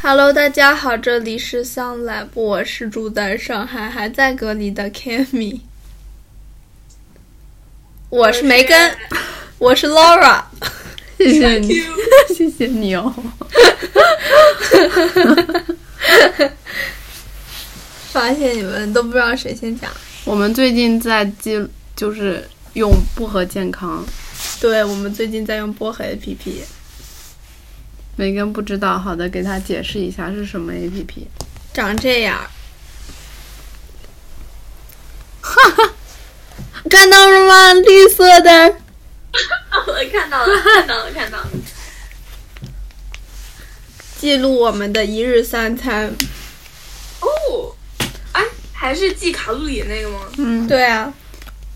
Hello，大家好，这里是向来，我是住在上海还在隔离的 Kimi，我是梅根，我是 Laura，谢谢你， 谢谢你哦。发现你们都不知道谁先讲。我们最近在记，就是用薄荷健康。对，我们最近在用薄荷 APP，梅根不知道，好的，给他解释一下是什么 APP。长这样，看到了吗？绿色的，我 看到 了，看到了，看到了。记录我们的一日三餐。哦，哎，还是记卡路里那个吗？嗯，对啊，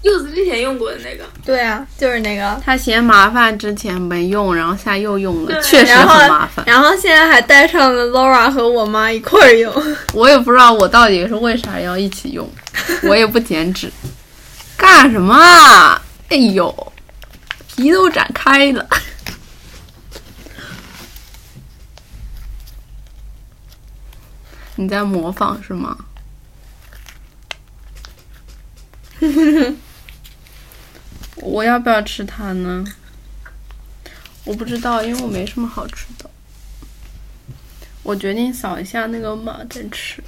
柚子之前用过的那个。 对啊，就是那个。他嫌麻烦之前没用，然后现在又用了，对确实然很后麻烦，。然后现在还带上了 Laura 和我妈一块儿用。我也不知道我到底是为啥要一起 用，我也不减脂，干什么啊？哎呦，皮都展开了。你在模仿是吗？ 我要不要吃它呢？我不知道，因为我没什么好吃的。我决定扫一下那个码再吃。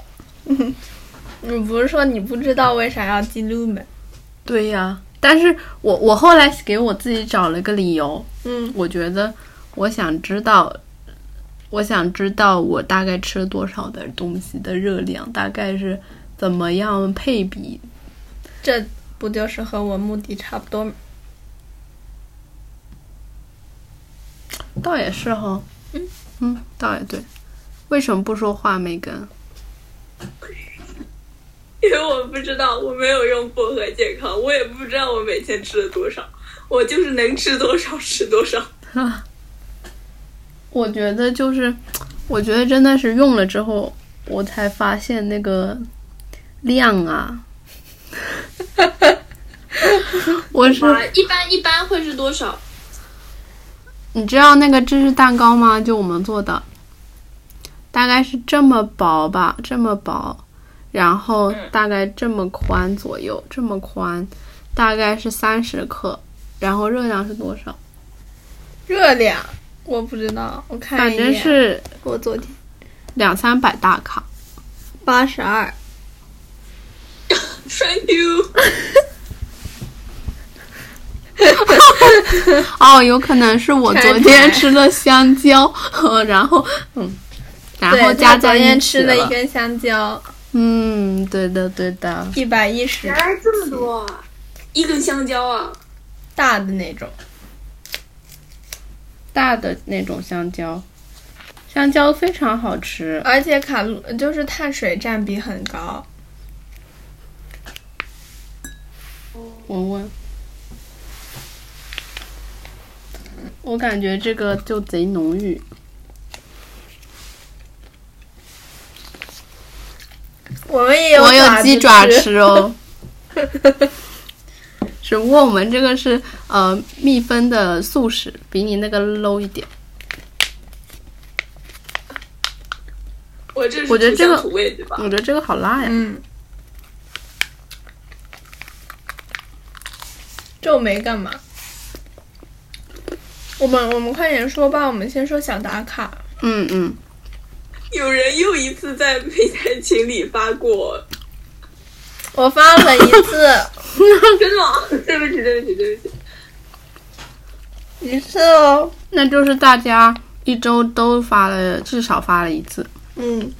你不是说你不知道为啥要记录吗？对呀、但是我我后来给我自己找了个理由，嗯，我觉得我想知道，我想知道我大概吃了多少的东西的热量，大概是怎么样配比。这不就是和我目的差不多吗？倒也是哈，嗯嗯，倒也对。为什么不说话，梅根？因为我不知道，我没有用薄荷健康，我也不知道我每天吃了多少，我就是能吃多少吃多少。 我觉得就是，我觉得真的是用了之后，我才发现那个量啊， 我是哇，一般一般会是多少？你知道那个芝士蛋糕吗？就我们做的，大概是这么薄吧，这么薄，然后大概这么宽左右，这么宽，大概是三十克，然后热量是多少？热量我不知道，我看反一眼正是我昨天两三百大卡。八十二，栓 you，哦，有可能是我昨拆台天吃了香蕉， 呃然后嗯，然对后加他昨在天一吃起了一根香蕉，嗯，对的对的，一百一十原来这么多啊！一根香蕉啊，大的那种，大的那种香蕉，香蕉非常好吃。而且卡路就是碳水占比很高。闻闻，我感觉这个就贼浓郁。我们也有我爪有子鸡爪吃 哦。只不过我们这个是呃蜜蜂的素食，比你那个 low 一点。我这是我觉得这个嗯土香土味对吧？我觉得这个好辣呀！嗯，皱眉干嘛？我们我们快点说吧，我们先说想打卡。嗯嗯，有人又一次在美台群里 发过，我发了一次，真的吗？对不起，对不起，对不起。一次哦。那就是大家一周都发了，至少发了一次。嗯，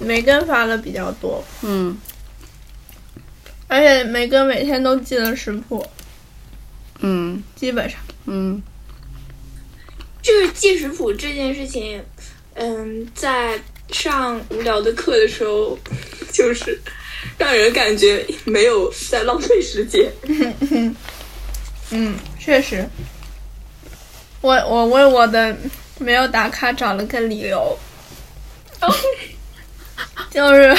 梅根发了比较多，嗯，而且梅根每天都记了食谱，嗯基本上。嗯，就是记食谱这件事情，嗯，在上无聊的课的时候，就是让人感觉没有在浪费时间。嗯，确实。我我为我的没有打卡找了个理由，就是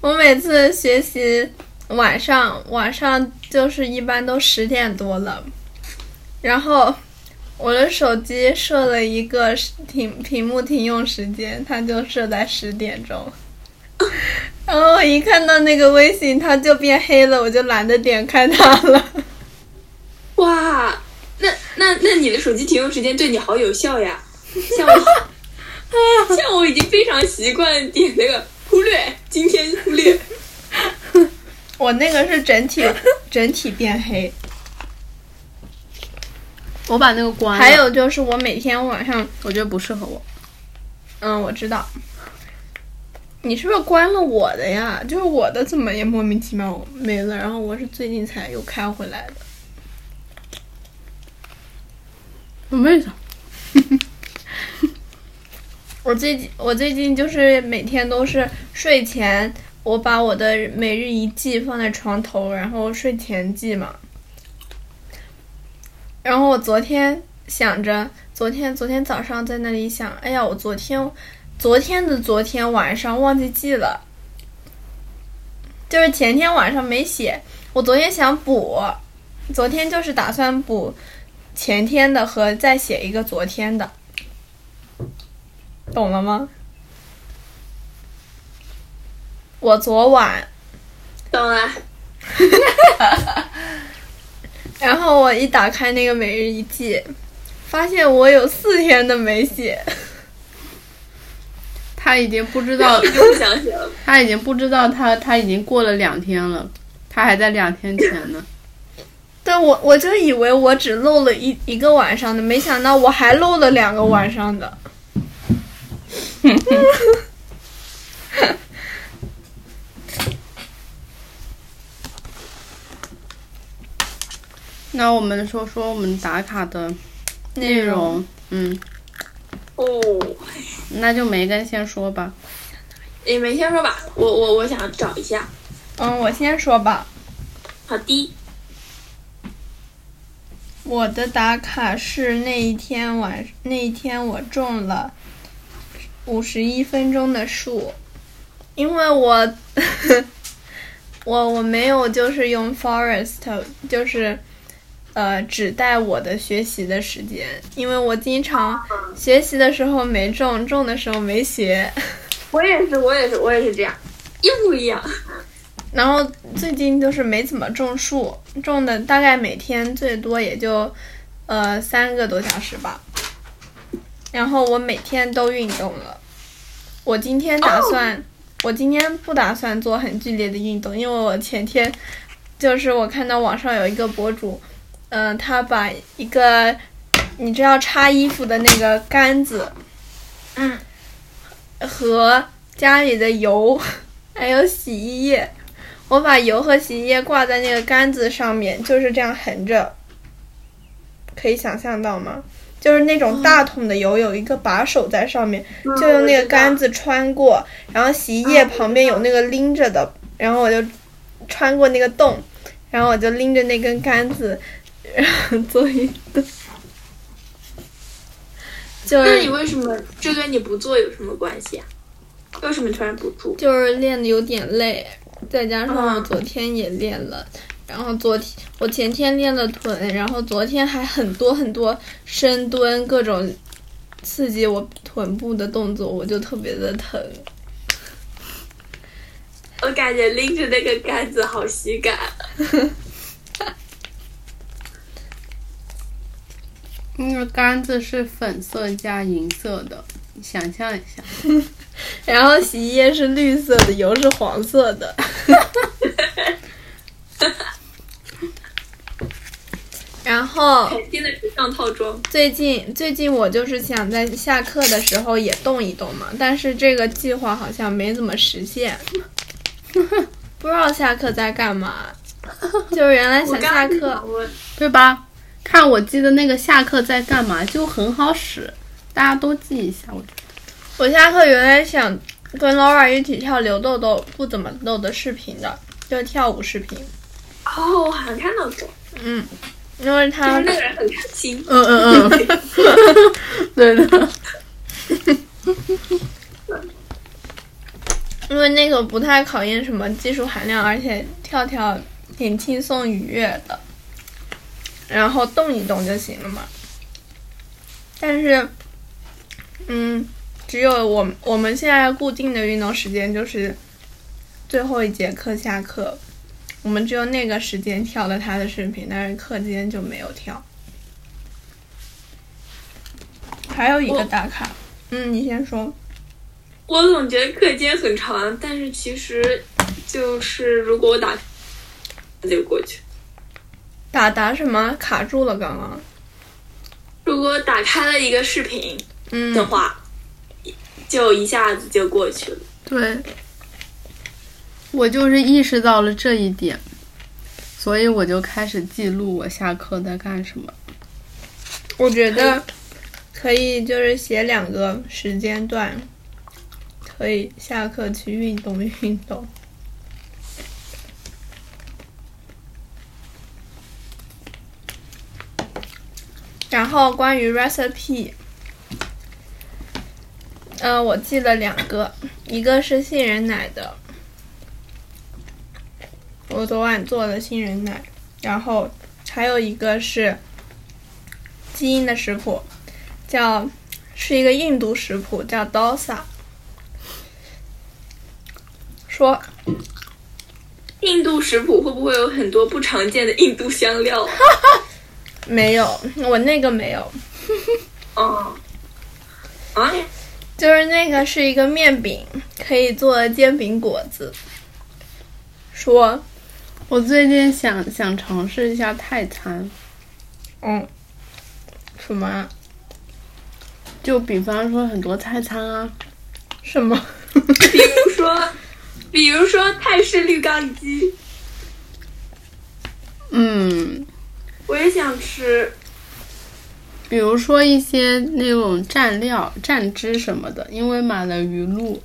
我每次学习晚上晚上就是一般都十点多了，然后我的手机设了一个停屏幕停用时间，它就设在十点钟。然后我一看到那个微信，它就变黑了，我就懒得点开它了。哇，那那那你的手机停用时间对你好有效呀！像我， 像我已经非常习惯点那个忽略，今天忽略。我那个是整体整体变黑，我把那个关了，还有就是我每天晚上，我觉得不适合我，嗯，我知道。你是不是关了我的呀？就是我的怎么也莫名其妙没了，然后我是最近才又开回来的。我为啥？我最近我最近就是每天都是睡前，我把我的每日一记放在床头，然后睡前记嘛。然后我昨天想着，昨天昨天早上在那里想，哎呀，我昨天昨天的昨天晚上忘记记了，就是前天晚上没写。我昨天想补，昨天就是打算补前天的和再写一个昨天的，懂了吗？我昨晚懂了，然后我一打开那个每日一记，发现我有四天的没写，他已经不知那道 我，就不想写了。他已经不知道他他已经过了两天了，他还在两天前呢。对我我就以为我只漏了一一个晚上的，没想到我还漏了两个晚上的。那我们说说我们打卡的内内容容，嗯，哦，那就梅根先说吧。你们先说吧，我我我想找一下。嗯，我先说吧，好的，我的打卡是那一天晚那一天我种了五十一分钟的树，因为我我我没有就是用 Forest 就是呃只带我的学习的时间，因为我经常学习的时候没种，种的时候没学。我也是，我也是，我也是这样，一模一样。然后最近就是没怎么种树，种的大概每天最多也就呃三个多小时吧。然后我每天都运动了。我今天打算我今天不打算做很剧烈的运动，因为我前天就是我看到网上有一个博主，嗯、他把一个你知道插衣服的那个杆子，嗯，和家里的油，还有洗衣液。我把油和洗衣液挂在那个杆子上面，就是这样横着。可以想象到吗？就是那种大桶的油有一个把手在上面，就用那个杆子穿过，然后洗衣液旁边有那个拎着的，然后我就穿过那个洞，然后我就拎着那根杆子， 然后做运动。就那是你为什么这跟你不做有什么关系啊？为什么突然不做？就是练的有点累，再加上我嗯昨天也练了，然后昨天我前天练了臀，然后昨天还很多很多深蹲，各种刺激我臀部的动作，我就特别的疼。我感觉拎着那个杆子好喜感。那个杆子是粉色加银色的，你想象一下。然后洗衣液是绿色的，油是黄色的。 然后哎，真的时尚套装。最近最近我就是想在下课的时候也动一动嘛，但是这个计划好像没怎么实现， 不知道下课在干嘛。就是原来我想刚下刚就课想，问，对吧？看我记得那个下课在干嘛，就很好使，大家都记一下。我觉得我下课原来想跟 Laura 一起跳刘豆豆不怎么逗的视频的，就是跳舞视频。哦，我好像看到过，嗯，因为就他是那个人很开心。嗯嗯嗯，对的。因为那个不太考验什么技术含量，而且跳跳挺轻松愉悦的，然后动一动就行了嘛。但是，嗯，只有我们我们现在固定的运动时间就是最后一节课下课，我们只有那个时间跳了他的视频，但是课间就没有跳。还有一个我打卡，嗯，你先说。我总觉得课间很长，但是其实就是如果我打就过去，打打什么卡住了？刚刚，如果打开了一个视频嗯的话，就一下子就过去了。对，我就是意识到了这一点，所以我就开始记录我下课在干什么。我觉得可以，就是写两个时间段，可以下课去运动运动。然后关于 recipe，呃，我记了两个，一个是杏仁奶的，我昨晚做的杏仁奶，然后还有一个是基因的食谱，叫是一个印度食谱，叫 dosa。说印度食谱会不会有很多不常见的印度香料？啊没有，我那个没有，哦，啊，就是那个是一个面饼，可以做煎饼果子。说，我最近想想尝试一下泰餐，嗯，什么啊就比方说很多泰餐啊，什么？比如 说，比如说泰式绿咖喱鸡，嗯，我也想吃。比如说一些那种蘸料、蘸汁什么的，因为买了鱼露，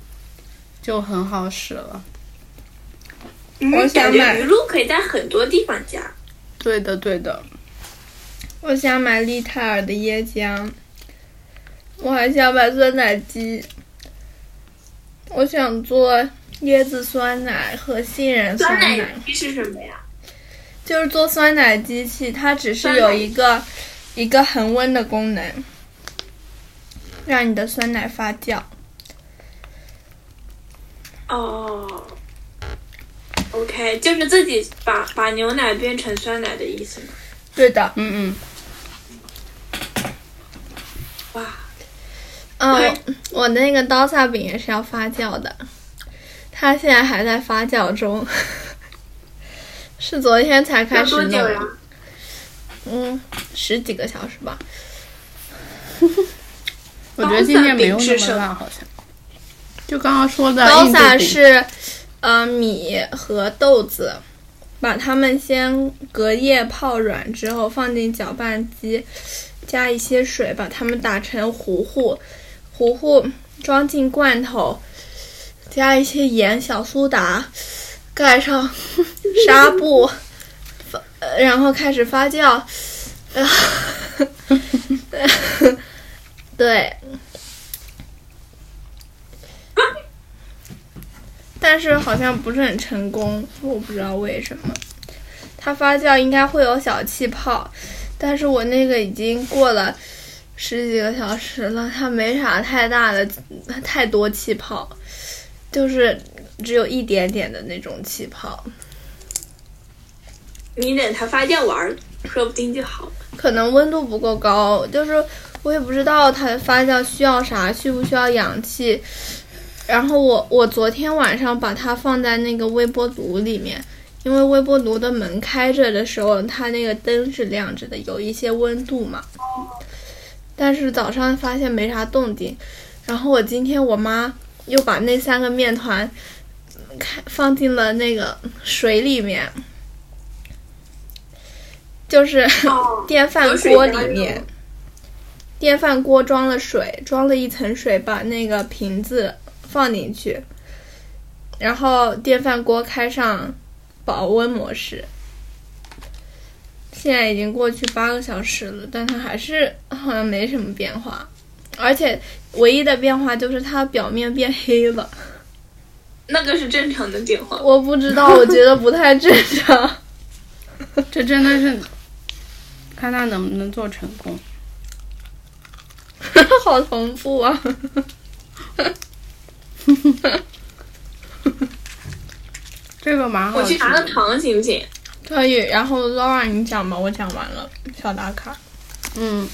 就很好使了。嗯我想感觉买鱼露可以在很多地方加。对的，对的，我想买利泰尔的椰浆，我还想买酸奶鸡，我想做椰子酸奶和杏仁酸奶奶鸡是什么呀？就是做酸奶机器，它只是有一个一个恒温的功能，让你的酸奶发酵。哦，OK，就是自己把把牛奶变成酸奶的意思吗？对的，嗯嗯，哇，嗯，我那个刀叉饼也是要发酵的，它现在还在发酵中， 是昨天才开要始多弄久的呀？嗯，十几个小时吧。我觉得今天没有那么辣，好像。就刚刚说的刀印度萨饼是，呃，米和豆子，把它们先隔夜泡软之后，放进搅拌机，加一些水，把它们打成糊糊，糊糊装进罐头，加一些盐、小苏打，盖上 纱布，发呃然后开始发酵。 对，但是好像不是很成功，我不知道为什么。它发酵应该会有小气泡，但是我那个已经过了十几个小时了，它没啥太大的太多气泡，就是只有一点点的那种气泡，你等它发酵完儿，说不定就好了。可能温度不够高，就是我也不知道它发酵需要啥，需不需要氧气。然后我我昨天晚上把它放在那个微波炉里面，因为微波炉的门开着的时候，它那个灯是亮着的，有一些温度嘛。但是早上发现没啥动静，然后我今天我妈又把那三个面团开放进了那个水里面，就是哦电饭锅里面，电饭锅装了水，装了一层水，把那个瓶子放进去，然后电饭锅开上保温模式。现在已经过去八个小时了，但它还是好像没什么变化，而且唯一的变化就是它表面变黑了。那个是正常的变化。我不知道，我觉得不太正常。 这真的是看他能不能做成功。好同步啊！这个蛮好我去吃拿个的。糖行不行？可以，然后 Laura 你讲吧，我讲完了，小打卡。嗯，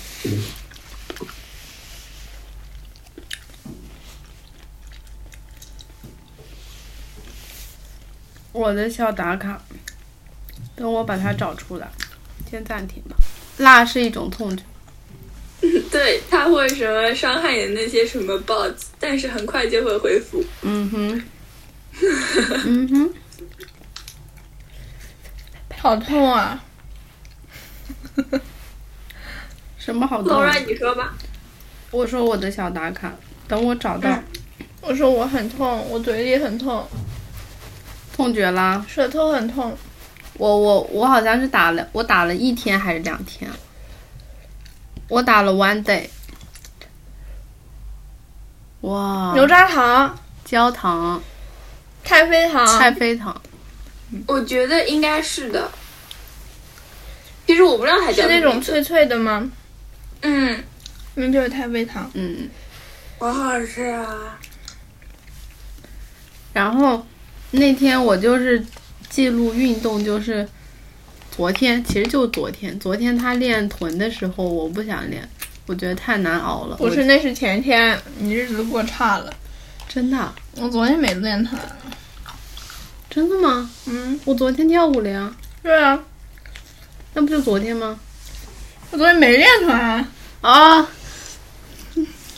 我的小打卡，等我把它找出来，先暂停吧。辣是一种痛觉，对，它会什么伤害你的那些什么 bots，但是很快就会恢复。 嗯哼，嗯哼。好痛啊！什么好痛？啊 Laura，你说吧。我说我的小打卡，等我找到、嗯我说我很痛，我嘴里很痛，痛觉啦。舌头很痛。我我我好像是打了，我打了一天还是两天？我打了 one day。哇，牛轧糖、焦糖、太妃糖、太妃糖，我觉得应该是的。其实我不知道它叫是那什么种脆脆的吗？嗯，那就是太妃糖。嗯，好好吃啊！然后那天我就是记录运动，就是昨天，其实就昨天，昨天他练臀的时候，我不想练，我觉得太难熬了。不是，那是前天，你日子过差了。我真的啊，我昨天没练它。真的吗？嗯，我昨天跳舞了呀，对啊，那不就昨天吗？我昨天没练它。啊，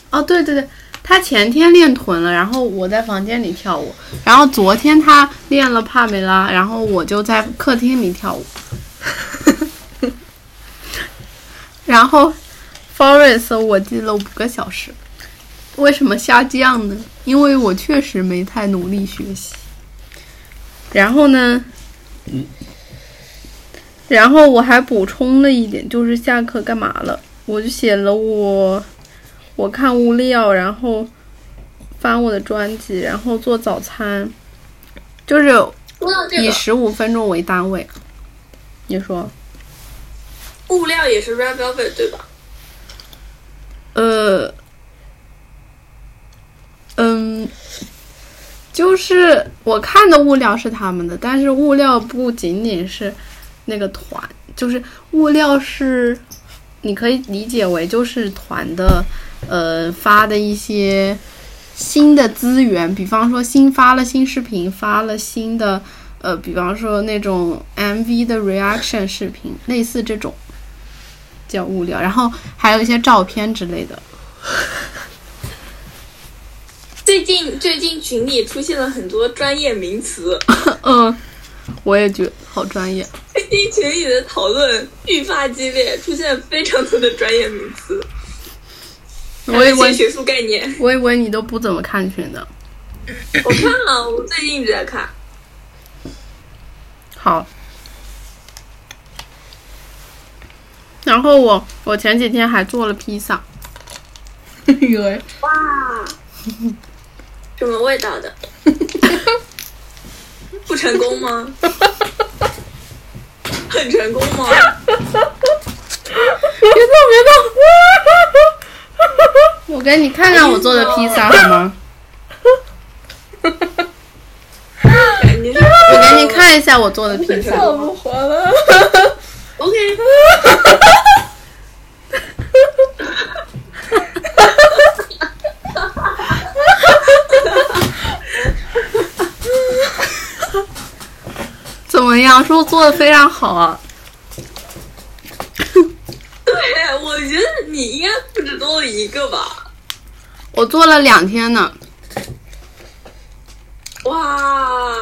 哦，对对对，他前天练臀了，然后我在房间里跳舞，然后昨天他练了帕梅拉，然后我就在客厅里跳舞， 然后 Forest 我记了五个小时，为什么下降呢？因为我确实没太努力学习。然后呢？然后我还补充了一点，就是下课干嘛了。我就写了我，我看物料，然后翻我的专辑，然后做早餐，就是说到这以个十五分钟为单位。你说，物料也是 Red Velvet 对吧？呃，嗯，就是我看的物料是他们的，但是物料不仅仅是那个团，就是物料是你可以理解为就是团的呃发的一些新的资源，比方说新发了新视频，发了新的呃，比方说那种 MV 的 reaction 视频，类似这种叫物料，然后还有一些照片之类的。最近最近群里出现了很多专业名词，嗯，我也觉得好专业。最近群里的讨论愈发激烈，出现非常多的专业名词，我以还有一为些学术概 念。我以为你都不怎么看群的。我看了，我最近一直在看。好。然后我我前几天还做了披萨， 以为哇， 什么味道的？不成功 吗？很成功吗？别动别动！我给你看看我做的披萨好吗？你是我给你看一下我做的披萨。我不活了。 OK。怎么样？是不是做的非常好啊？对，我觉得你应该不止多了一个吧？我做了两天呢。哇，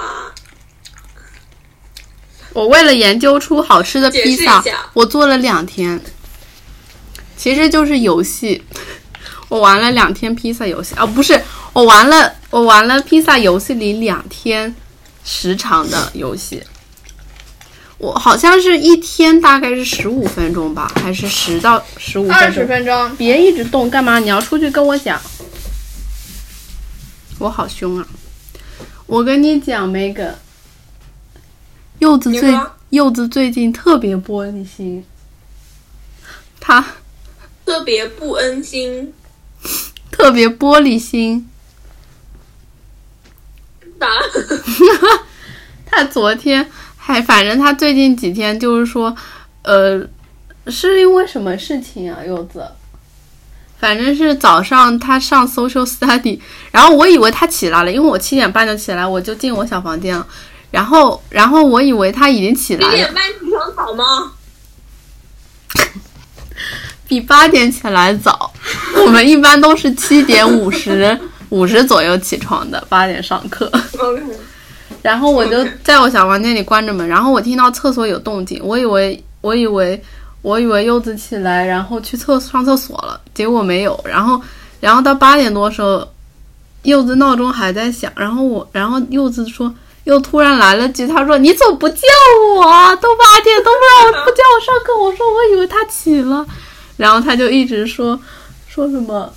我为了研究出好吃的披萨解释一下，我做了两天，其实就是游戏。 我玩了两天披萨游戏啊，不是，我玩了我玩了披萨游戏里两天时长的游戏。我好像是一天大概是十五分钟吧，还是十到十五二分十钟？分钟，别一直动，干嘛？你要出去跟我讲。我好凶啊！我跟你讲，Megan，柚子你最说柚子最近特别玻璃心，他特别不恩 心，特别玻璃心。答 他昨天还，反正他最近几天就是说，呃，是因为什么事情啊？柚子，反正是早上他上 social study，然后我以为他起来了，因为我七点半就起来，我就进我小房间了。然后，然后我以为他已经起来零了，点半起床早吗？比八点起来早。我们一般都是七点五十五十左右起床的，八点上课。 OK，然后我就在我小房间里关着门，然后我听到厕所有动静，我以为我以为我以为柚子起来，然后去厕上厕所了，结果没有。然后然后到八点多的时候，柚子闹钟还在响，然后我然后柚子说。又突然来了句，他说：“你怎么不叫我啊？都八点都不让我不叫我上课。”我说：“我以为他起了。”然后他就一直说说什么：“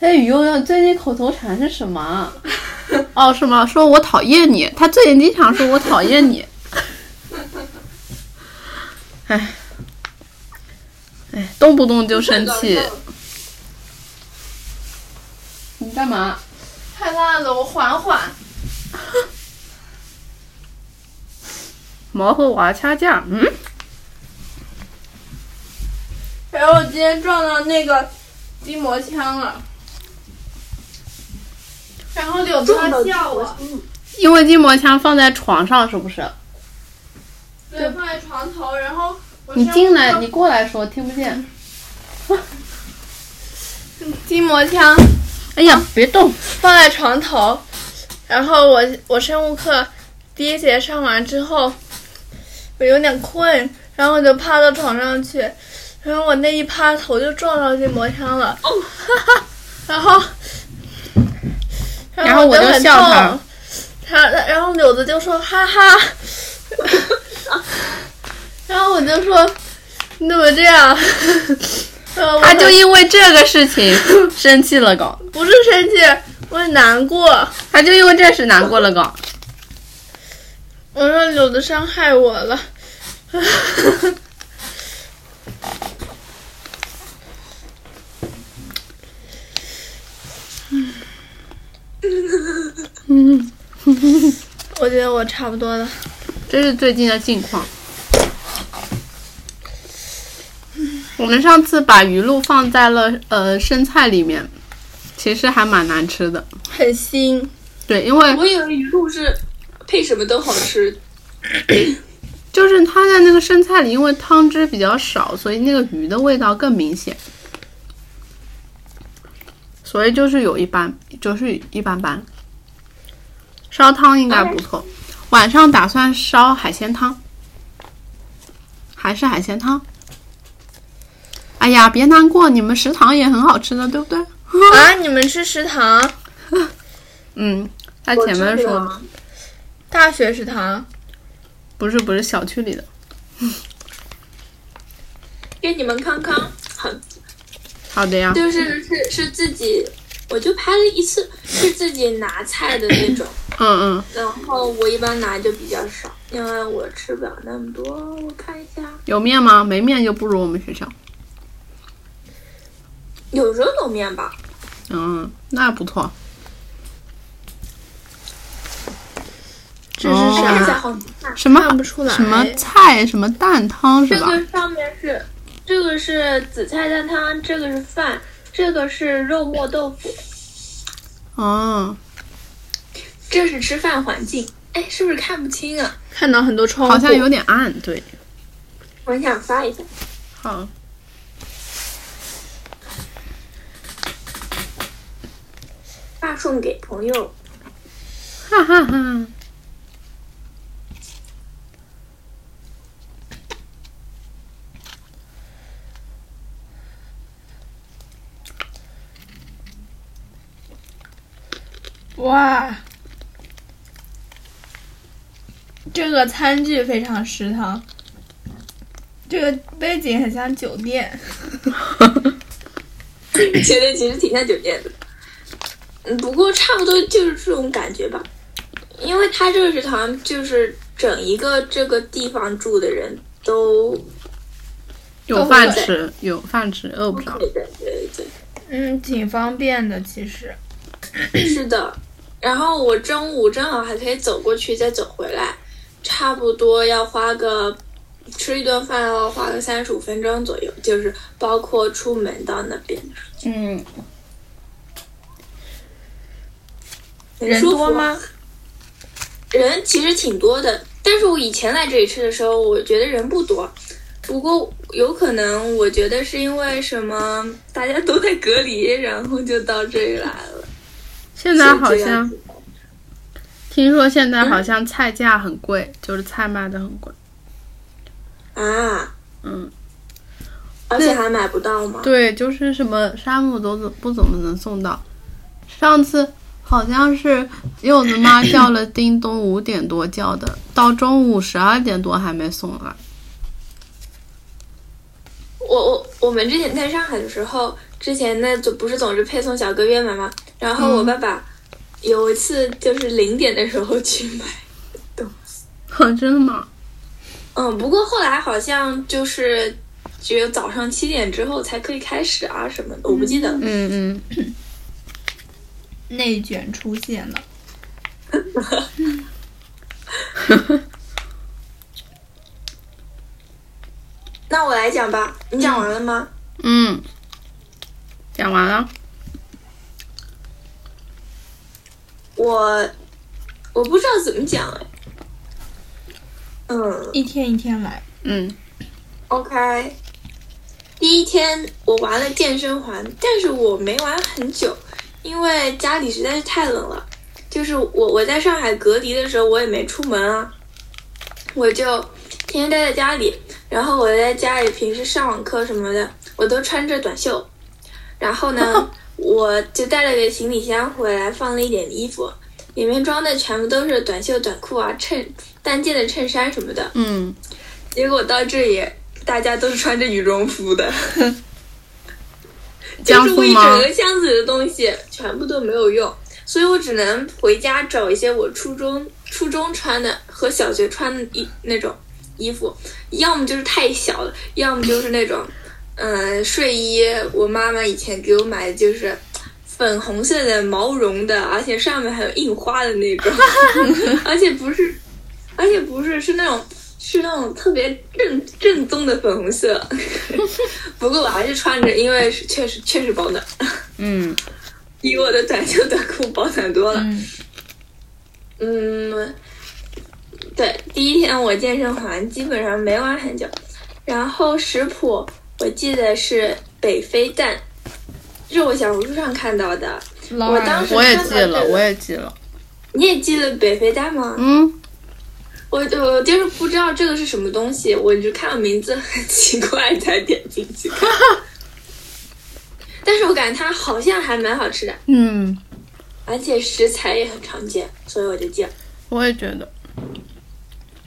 哎，雨悠悠，你最近口头禅是什么啊？”哦，是吗？说我讨厌你，他最近经常说我讨厌你。哎，哎，动不动就生气。你干嘛？太烂了，我缓缓。毛和娃掐架？嗯，然后我今天撞到那个筋膜枪了，然后柳飘笑我，因为筋膜枪放在床上是不是？对，放在床头，然后我嗯你伸进过来，去你过来说听不见。筋膜枪哎呀，别动！放在床头，然后我我生物课第一节上完之后，我有点困，然后我就趴到床上去，然后我那一趴头就撞到筋膜枪了，哦然后然后我就就很笑他痛，他然后柳子就说哈哈，然后我就说你怎么这样？ 呃我他就很因为这个事情生气了，搞。不是生气，我很难过。他就因为这事难过了，搞。我说柳子嗯伤害我了，嗯，我觉得我差不多了。这是最近的近况。我们上次把鱼露放在了呃生菜里面，其实还蛮难吃的。很腥，对，因为我以为鱼露是配什么都好吃，就是它在那个生菜里，因为汤汁比较少，所以那个鱼的味道更明显。所以就是有一般，就是一般般。烧汤应该不错，晚上打算烧海鲜汤，还是海鲜汤。哎呀，别难过，你们食堂也很好吃的，对不对？啊！你们吃食堂，嗯，他我前面知道说的吗？大学食堂，不是不是小区里的，给你们康康，很好的呀。嗯就是是是自己，我就拍了一次，是自己拿菜的那种。嗯嗯，然后我一般拿就比较少，因为我吃不了那么多。我看一下，有面吗？没面就不如我们学校。有热狗面吧？嗯，那不错。这哦是看一啥？下好难看。什么看不出来什么菜什么蛋汤是这吧？个上面是，这个是紫菜蛋汤，这个是饭，这个是肉末豆腐，哦，这是吃饭环境。哎，是不是看不清啊？看到很多窗户，好像有点暗，对。我想发一下。好，发送给朋友。哈哈 哈。哇！这个餐具非常食堂，这个背景很像酒店。 觉得其实挺像酒店的，嗯，不过差不多就是这种感觉吧。因为他这个食堂就是整一个这个地方住的人都有饭吃，有饭吃，饿不着。对对对对。嗯，挺方便的，其实。是的，然后我中午正好还可以走过去，再走回来，差不多要花个吃一顿饭要花个三十五分钟左右，就是包括出门到那边，嗯，很人舒服多吗？？人其实挺多的，但是我以前来这里吃的时候，我觉得人不多。不过有可能，我觉得是因为什么，大家都在隔离，然后就到这里来了。现在是好这样像子的听说现在好像菜价很贵，就是菜卖的很贵。啊，嗯，而且还买不到吗？对，就是什么山姆都怎不怎么能送到。上次好像是柚子妈叫了叮咚五点多叫的，到中午十二点多还没送来。我我我们之前在上海的时候，之前那总不是总是配送小哥约买吗？然后我爸爸有一次就是零点的时候去买， 真的吗？嗯，不过后来好像就是只有早上七点之后才可以开始啊什么的，我不记得了。嗯嗯，内卷出现了。那我来讲吧，你讲完了吗？嗯，讲完了。我我不知道怎么讲哎。嗯一天一天来，嗯，OK。第一天我玩了健身环，但是我没玩很久，因为家里实在是太冷了。就是我我在上海隔离的时候，我也没出门啊，我就天天待在家里。然后我在家里平时上网课什么的，我都穿着短袖。然后呢，我就带了个行李箱回来，放了一点衣服，里面装的全部都是短袖、短裤啊、衬单件的衬衫什么的。嗯，结果到这里，大家都是穿着羽绒 服的，就江是苏我一整吗？个箱子的东西全部都没有用，所以我只能回家找一些我初中初中穿的和小学穿的一那种衣服，要么就是太小了，要么就是那种，嗯，睡衣。我妈妈以前给我买的就是粉红色的毛绒的，而且上面还有印花的那种， 而且不是，而且不是是那种。是那种特别正正宗的粉红色， 不过我还是穿着，因为是确实确实保暖，嗯比我的短袖短裤保暖多了。嗯，嗯，对，第一天我健身环基本上没玩很久，然后食谱我记得是北非蛋，这是我小红书上看到的。老我二当时我也看到记这了，个我也记了。你也记得北非蛋吗？嗯，我我就是不知道这个是什么东西，我就看到名字很奇怪才点进去看。但是我感觉它好像还蛮好吃的，嗯，而且食材也很常见，所以我就记了。我也觉得。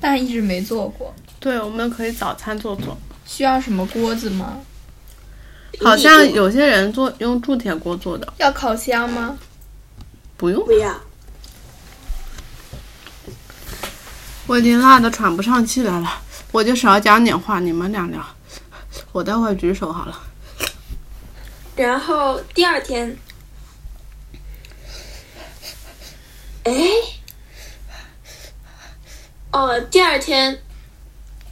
但一直没做过，对，我们可以早餐做做。需要什么锅子吗？好像有些人做用铸铁锅做的，要烤箱吗？不用。不要，我已经辣得喘不上气来了，我就少讲点话，你们俩聊。我待会儿举手好了。然后第二天，哎，哦，第二天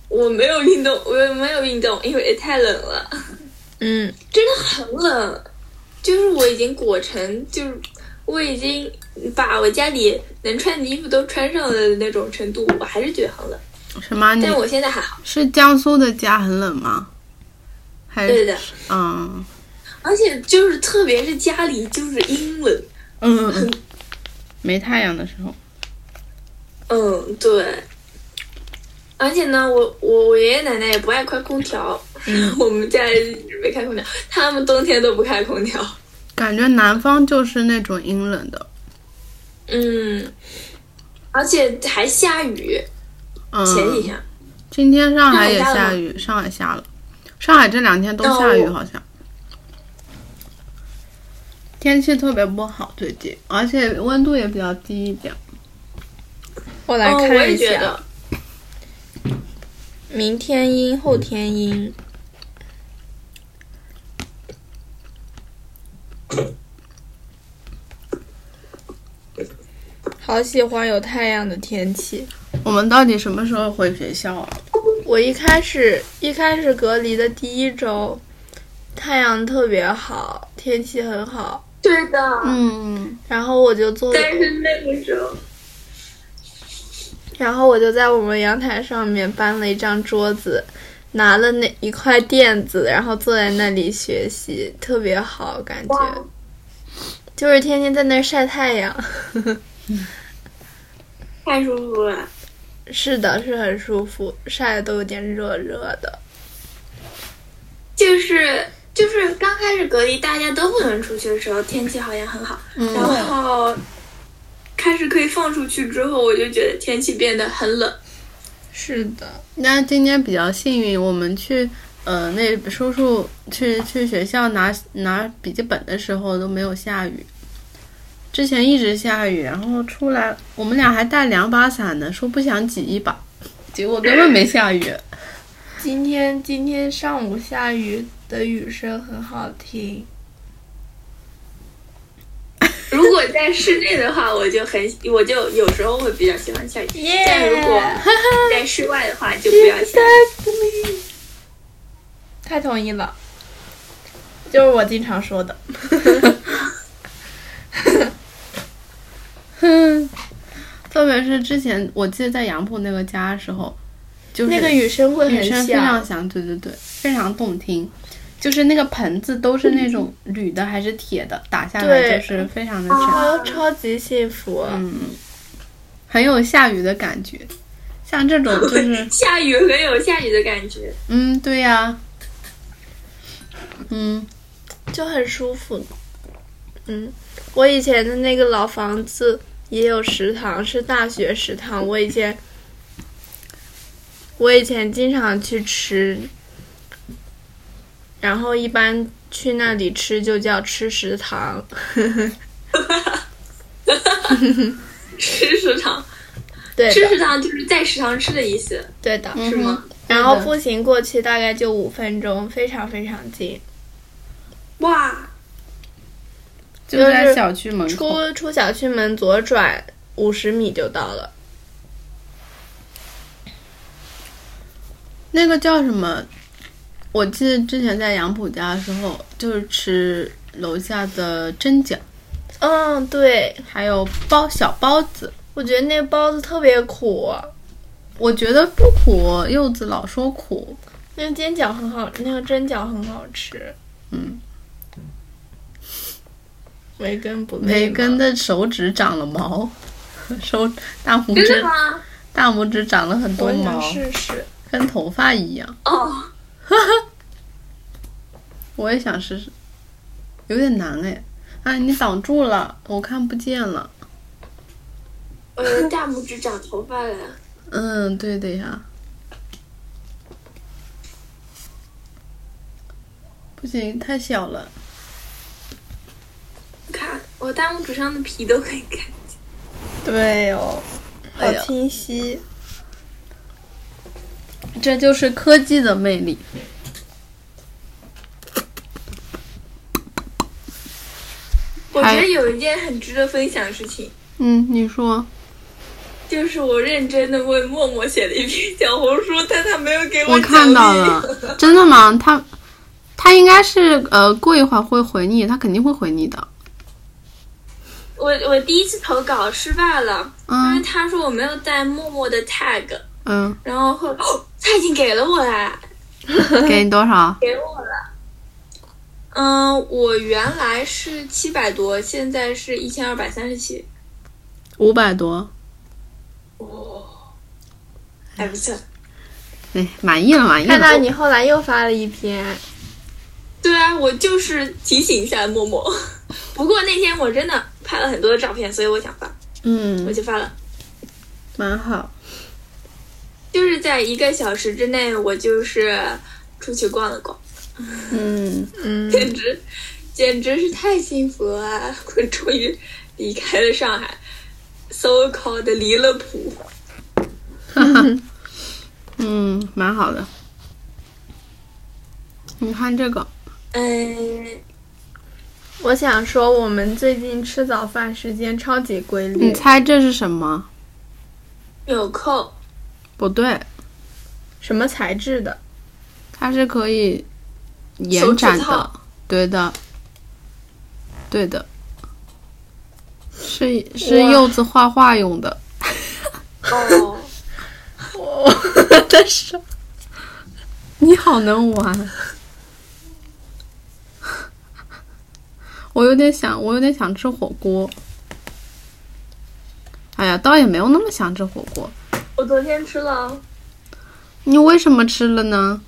我没有运动，我没有运动，因为也太冷了，嗯，真的很冷，就是我已经裹成，就是我已经把我家里能穿的衣服都穿上了的那种程度，我还是觉得很冷。什么？你但我现在还好，是江苏的家很冷吗？还是对的，嗯而且就是特别是家里就是阴冷，嗯嗯，没太阳的时候，嗯，对。而且呢，我我我爷爷奶奶也不爱开空调，我们家也没开空调，他们冬天都不开空调。感觉南方就是那种阴冷的。嗯，而且还下雨，嗯，前几天。今天上海也上海下下了雨，上海下了，上海这两天都下雨，哦好像、天气特别不好，最近，而且温度也比较低一点。我来嗯，我看也一觉下。得，明天阴，后天阴。好喜欢有太阳的天气。我们到底什么时候回学校啊？我一开始一开始隔离的第一周，太阳特别好，天气很好，对的，嗯，然后我就坐，但是那个时候，然后我就在我们阳台上面搬了一张桌子，拿了那一块垫子，然后坐在那里学习，特别好，感哇觉就是天天在那儿晒太阳。太舒服了。是的，是很舒服，晒的都有点热热的。就是就是刚开始隔离，大家都不能出去的时候，天气好像很好，嗯然后开始可以放出去之后，我就觉得天气变得很冷。是的，那今天比较幸运，我们去呃那叔叔去去学校拿拿笔记本的时候都没有下雨，之前一直下雨，然后出来我们俩还带两把伞呢，说不想挤一把，结果根本没下雨。 今天今天上午下雨的雨声很好听。如果在室内的话，我就很我就有时候会比较喜欢下雨 Yeah 但如 果在室外的话，就不要下雨。，太同意了，就是我经常说的。哼，特别是之前我记得在杨浦那个家的时候，就是那个雨声会女很生非常响，响，对对对，非常动听。就是那个盆子都是那种铝的还是铁的，打下来嗯对就是非常的响，超啊超级幸福。啊嗯，很有下雨的感觉。像 这种就是嗯 下雨很有下雨的感觉，嗯，对呀、嗯，就很舒服。嗯，我以前的那个老房子也有食堂，是大学食堂。我以前，我以前经常去吃，然后一般去那里吃就叫吃食堂。吃食堂，对吃嗯的，嗯食堂就是在食堂吃的意思，对的。是吗？然后步行过去大概就五分钟，非常非常近。哇，就就是在小区门口，出出小区门左转五十米就到了。那个叫什么？我记得之前在杨浦家的时候，就是吃楼下的蒸饺，嗯，对，还有包小包子。我觉得那包子特别苦，我觉得不苦，柚子老说苦，那个煎饺很好，那个蒸饺很好吃。嗯，梅根不累梅吗根的手指长了毛， 手大拇真的指吗？大拇指长了很多我想毛，试试。跟头发一样。嗯哦，我也想试试，有点难哎。哎，你挡住了，我看不见了。我的呃大拇指长头发了。嗯，对的呀。不行，太小了。看我大拇指上的皮都可以看见。对哦，好哎呀清晰。这就是科技的魅力。我觉得有一件很值得分享的事情，嗯，你说，就是我认真的为默默写了一篇小红书，但他没有给我奖励看到。了，真的吗？他他应该是呃，过一会儿会回你，他肯定会回你的。我我第一次投稿失败了，因为嗯他说我没有带默默的 tag，嗯，然后后来、哦、他已经给了我啦，给你多少？给我了。嗯，我原来是七百多，现在是一千二百三十七，五百多。哦还不错。哎，满意了，满意看到了。你后来又发了一篇，对啊，我就是提醒一下默默。 不过那天我真的拍了很多的照片，所以我想发，我嗯，就发了。蛮好。就是在一个小时之内，我就是出去逛了逛，嗯，嗯，简直，简直是太幸福了！啊 我终于离开了上海，so called 离了谱。嗯，蛮好的。哎你看这个，嗯，我想说，我们最近吃早饭时间超级规你律。猜这是什么？纽扣，不对，什么材质的？它是可以延展手指的套，对的，对的，是是哇柚子画画用 的。哦，我我的手。你好能玩，我有点想，我有点想吃火锅。哎呀，倒也没有那么想吃火锅。我昨天吃了，你为什么吃了呢？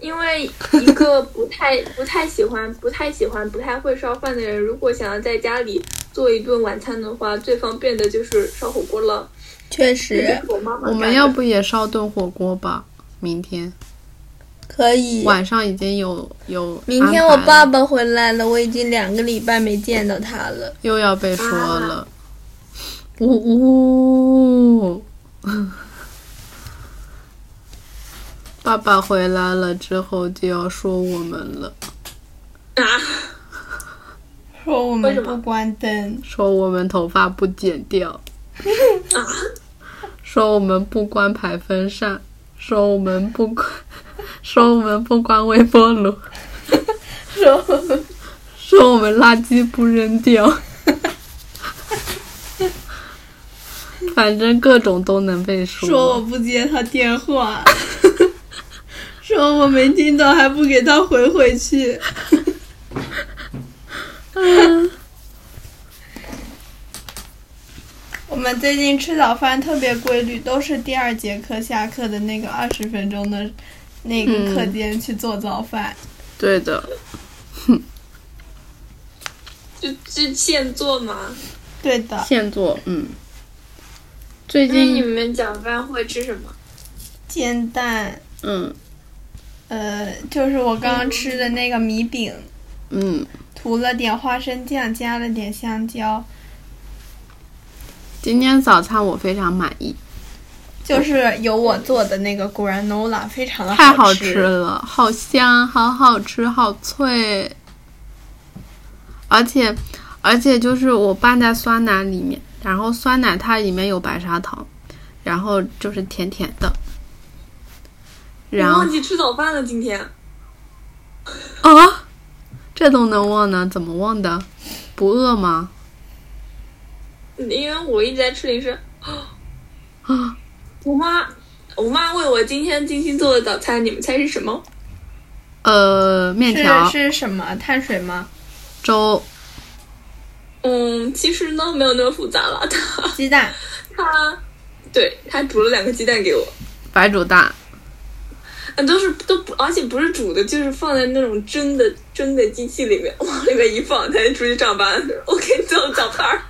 因为一个不太不太喜欢、不太喜欢、不太会烧饭的人，如果想要在家里做一顿晚餐的话，最方便的就是烧火锅了。确这实是我妈妈我干们的要不也烧顿火锅吧？明天可以。晚上已经有有明天安排我了爸爸回来了，我已经两个礼拜没见到他了。又要被说了，呜、 呜！爸爸回来了之后就要说我们了，啊，说我为什么关 灯，说我们头发不剪 掉，说我们不关排风扇，说我们不关， 说我们不关微波炉，说我们说我们垃圾不扔掉，反正各种都能被说。说我不接他电话，说我没听到还不给他回回去。我们最近吃早饭特别规律，都是第二节课下课的那个二十分钟的那个课间去做早饭。对的。就就现做嘛。对的，现做，嗯。最那你近，们早饭会吃什么？煎蛋，嗯呃，就是我刚刚吃的那个米饼，嗯，涂了点花生酱，加了点香蕉，今天早餐我非常满意，就是有我做的那个 granola，非常的太好好吃了，好香，好好吃，好脆，而且而且就是我拌在酸奶里面，然后酸奶它里面有白砂糖，然后就是甜甜的。我然后忘记吃早饭了，今天。啊，这都能忘呢？怎么忘的？不饿吗？嗯因为我一直在吃零食。啊，我妈，我妈问我今天精心做的早餐，你们猜是什么？呃，面条是、是什么碳水吗？粥、嗯，其实呢没有那么复杂了。她鸡蛋，她，对她煮了两个鸡蛋给我，白煮蛋。嗯，都是都不，而且不是煮的，就是放在那种蒸的蒸的机器里面， 往里面一放，她就出去上班。我给你 做早饭儿。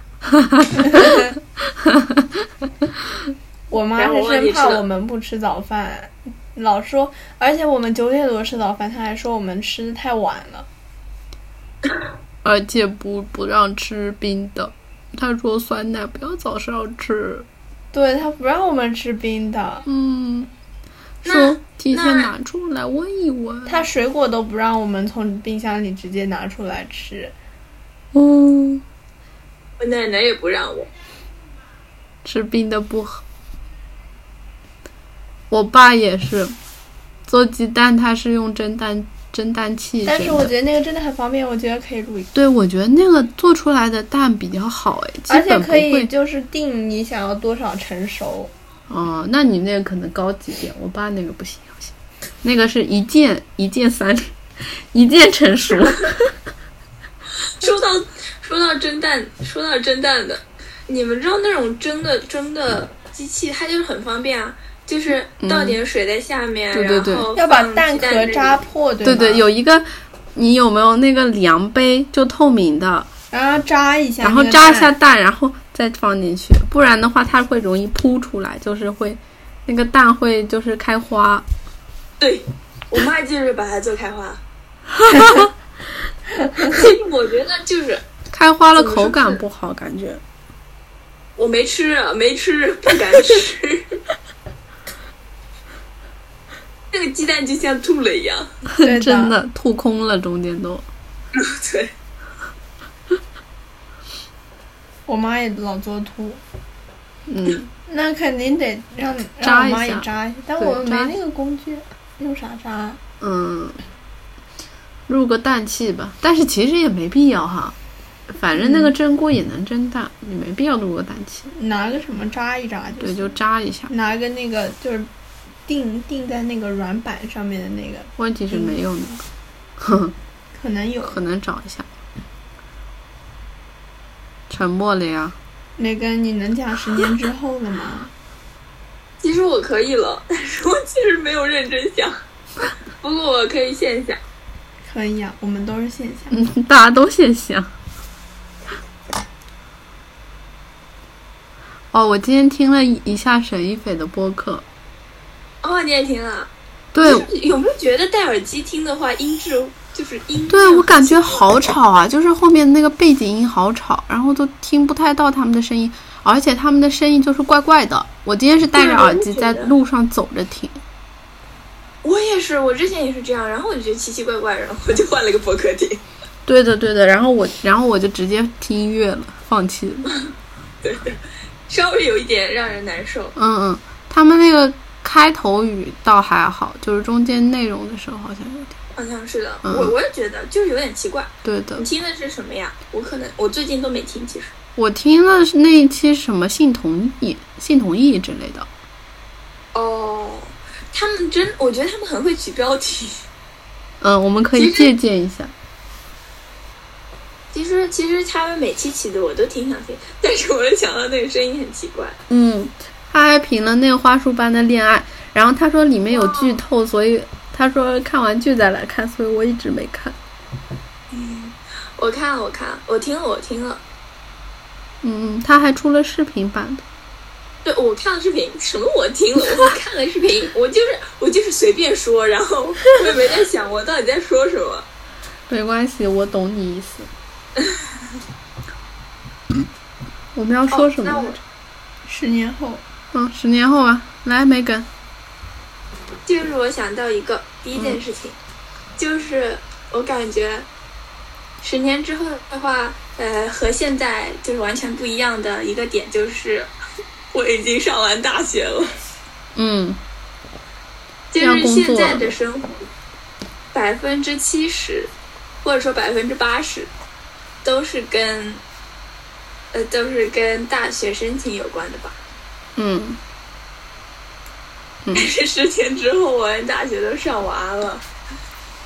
我妈然后是我生也怕吃了我们不吃早饭，老说，而且我们九点多吃早饭，她还说我们吃的太晚了。而且不不让吃冰的。他说酸奶不要早上吃，对她不让我们吃冰的，嗯，那说提前那拿出来闻一闻。她水果都不让我们从冰箱里直接拿出来吃。嗯，我奶奶也不让我，吃冰的不好。我爸也是，做鸡蛋他是用蒸蛋蒸蛋器蒸但的，是我觉得那个真的很方便，我觉得可以录一个，对我觉得那个做出来的蛋比较好哎，而基且本不可以会。就是定你想要多少成熟。哦，那你那个可能高级点，我爸那个不行不行，那个是一键一键三连，一键成熟。 说到说到蒸蛋，说到蒸蛋的，你们知道那种蒸的蒸的机器，它就是很方便啊，就是倒点水在下面，对对对然后要把放蛋鸡壳里扎破，对对吗对，有一个，你有没有那个量杯就透明的，然后扎一下，然后扎一下，蛋，然后再放进去，不然的话它会容易扑出来，就是会那个蛋会就是开花。对，我妈就是把它做开花。 其实我觉得就是开花了怎么口说感是不好，感觉我没吃，啊没吃，不敢吃。那个 鸡蛋就像吐了一样，对真的吐空了，中间都。对，我妈也老做吐，嗯，那肯定得让让扎我一妈也下扎一下，但对我们扎没那个工具，用啥扎啊？嗯，入个氮气吧，但是其实也没必要哈，反正那个针菇也能蒸蛋，你没必要入个氮气，拿个什么扎一扎就对，行，就扎一下。拿个那个就是钉钉在那个软板上面的那个，问题是没有那个， 呵呵可能有可能找一下。沉默了呀，那个你能讲十年之后的 吗？其实我可以了，但是我其实没有认真想。不过我可以现想，可以啊，我们都是线下。嗯，大家都啊先想。哦，我今天听了一下沈一斐的播客，哦，你也听啊？对有没有觉得戴耳机听的话，音质就是音？对，我感觉好吵啊，就是后面那个背景音好吵，然后都听不太到他们的声音，而且他们的声音就是怪怪的。我今天是戴着对耳我也机觉在得路上走着听，我也是，我之前也是这样，然后我就觉得奇奇怪怪，然后我就换了个播客听。对的对的，然后我然后我就直接听音乐了，放弃了。稍微有一点让人难受。嗯嗯，他们那个开头语倒还好，就是中间内容的时候好像有点。好像是的，嗯我我也觉得就是有点奇怪。对的你，听的是什么呀？我可能我最近都没听，其实我听了是那一期什么性同意、性同意之类的，哦，他们真，我觉得他们很会取标题。嗯，我们可其以实借鉴一下。 其实其实他们每期起的我都挺想听，但是我又想到那个声音很奇怪。嗯，他还评了那个花束般的恋爱，然后他说里面有剧透，所以他说看完剧再来看，所以我一直没看。我看了我看了，我听了我听了，嗯，他还出了视频版的。对我看了视频，什么我 听了，我看了视频，我就是我就是随便说，然后我也没在想我到底在说什么。没关系，我懂你意 思。我们要说什么哦来那着我？十年后，嗯，十年后吧。来，梅根，就是我想到一个第一件事情，就是我感觉十年之后的话，呃，和现在就是完全不一样的一个点就是我已经上完大学了，嗯，就要是工作现了在的生活，百分之七十或者说百分之八十都是跟呃都是跟大学申请有关的吧。嗯， 但是十年之后，我连大学都上完了，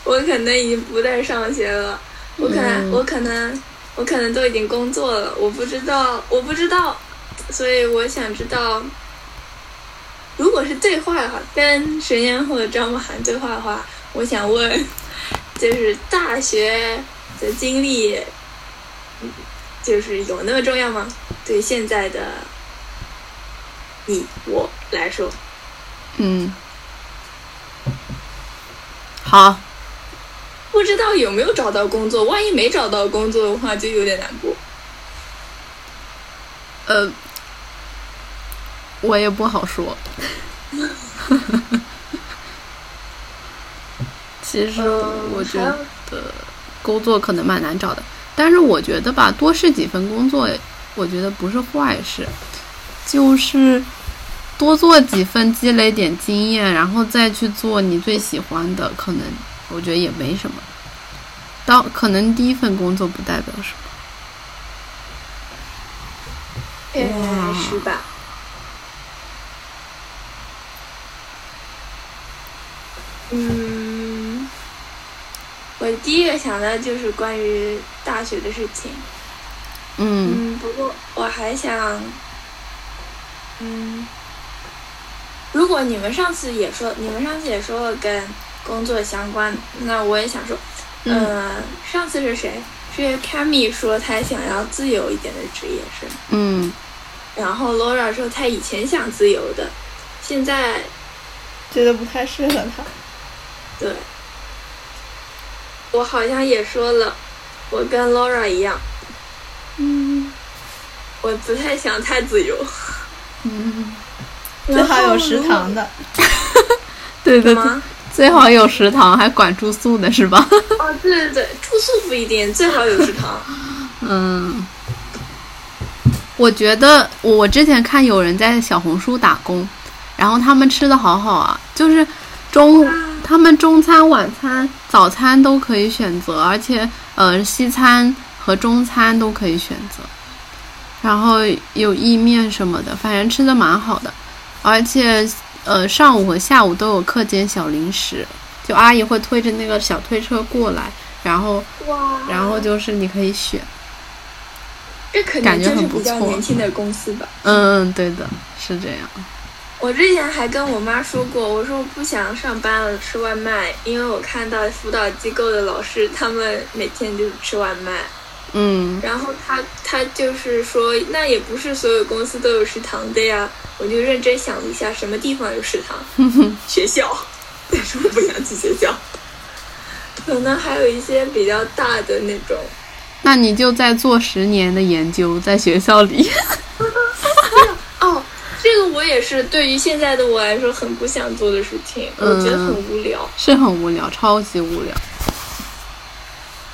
我可能已经不再上学了，我可能、嗯我可能我可能都已经工作了，我不知道我不知道，所以我想知道，如果是对话的话，跟十年后的张慕涵对话的话，我想问，就是大学的经历，就是有那么重要吗？对现在的你我来说。嗯，好，不知道有没有找到工作，万一没找到工作的话，就有点难过。呃，我也不好说。 其实我觉嗯还得有工作可能蛮难找的，但是我觉得吧，多试几份工作，我觉得不是坏事，就是多做几份，积累点经验，然后再去做你最喜欢的，可能我觉得也没什么。当可能第一份工作不代表什么。哎，是吧？嗯，我第一个想到就是关于大学的事情。嗯嗯，不过我还想，嗯，如果你们上次也说，你们上次也说了跟工作相关，那我也想说，嗯呃，上次是谁？是 Cammy 说她想要自由一点的职业是吗？嗯然后 Laura 说她以前想自由的，现在觉得不太适合他。对，我好像也说了，我跟 Laura 一样，嗯，我不太想太自由。嗯，最好有食堂的。对对对然后如果。吗？最好有食堂，还管住宿呢，是吧？哦，对对对，住宿不一定，最好有食堂。嗯，我觉得我之前看有人在小红书打工，然后他们吃的好好啊，就是中他们中餐、晚餐、早餐都可以选择，而且呃西餐和中餐都可以选择，然后有意面什么的，反正吃的蛮好的，而且呃上午和下午都有课间小零食，就阿姨会推着那个小推车过来，然后哇，然后就是你可以选。这肯感定觉就是很不比较错年轻的公司吧。嗯，对的，是这样。我之前还跟我妈说过，我说我不想上班了，吃外卖，因为我看到辅导机构的老师他们每天就是吃外卖。嗯，然后他他就是说，那也不是所有公司都有食堂的呀。我就认真想了一下，什么地方有食堂？学校。 但是我不想去学校。可能还有一些比较大的那种，那你就再做十年的研究，在学校里。 哦，这个我也是对于现在的我来说很不想做的事情，我觉得很无聊。是很无聊，超级无聊。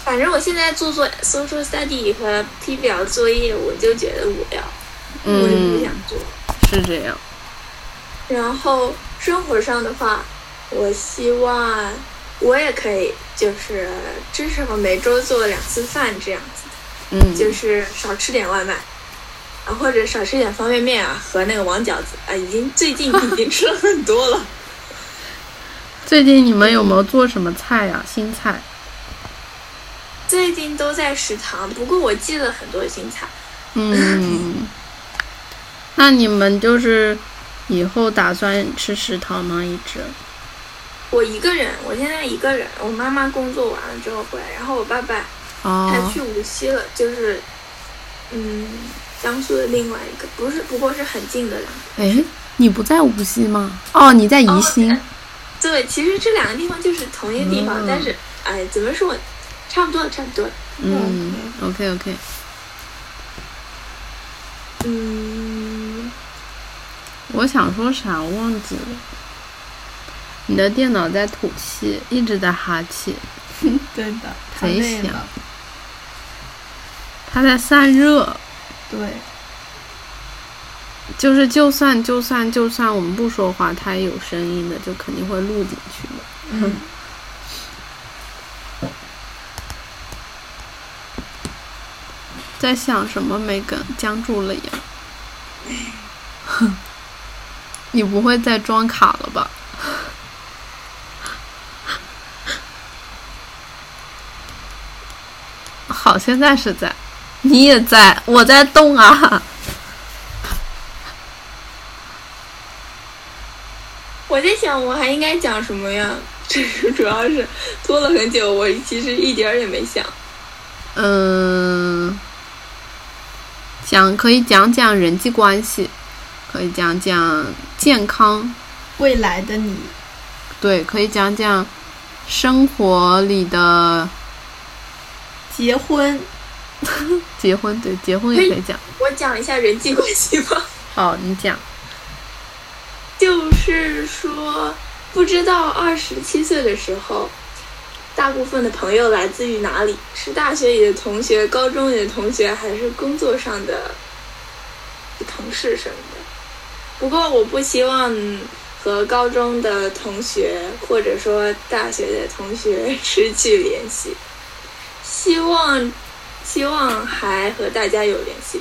反正我现在做做 social study 和批表作业，我就觉得无聊，我就不嗯想，做。是这样。然后生活上的话，我希望我也可以，就是至少每周做两次饭这样子，嗯，就是少吃点外卖，啊或者少吃点方便面啊和那个王饺子啊，已经最近已经吃了很多了。 最近你们有没有做什么菜呀、新菜？最近都在食堂，不过我记了很多新菜。 嗯，那你们就是以后打算吃食堂吗？一直？我一个人，我现在一个人，我妈妈工作完了之后回来，然后我爸爸他哦，去无锡了，就是，嗯，江苏的另外一个，不是，不过是很近的两个。哎，你不在无锡吗？哦，你在宜兴。哦 对，其实这两个地方就是同一个地方，嗯但是，哎，怎么说，差不多了，差不多了。嗯，OK OK。嗯，我想说啥我忘记了。你的电脑在吐气，一直在哈气，对的，太贼累响了。。它在散热，对，就是就算就算就算我们不说话，它也有声音的，就肯定会录进去的。嗯， 在想什么？没梗僵住了呀？ 你不会再装卡了吧？ 好，现在是在，你也在，我在动啊。我在想我还应该讲什么呀？这是主要是拖了很久，我其实一点儿也没想。嗯，讲可以讲讲人际关系，可以讲讲健康，未来的你，对，可以讲讲生活里的结婚，结婚，对，结婚也可以讲。我讲一下人际关系吧。好，你讲。就是说，不知道二十七岁的时候，大部分的朋友来自于哪里？是大学里的同学、高中里的同学，还是工作上的同事什么的？不过，我不希望和高中的同学或者说大学的同学 失去联系，希望希望还和大家有联系。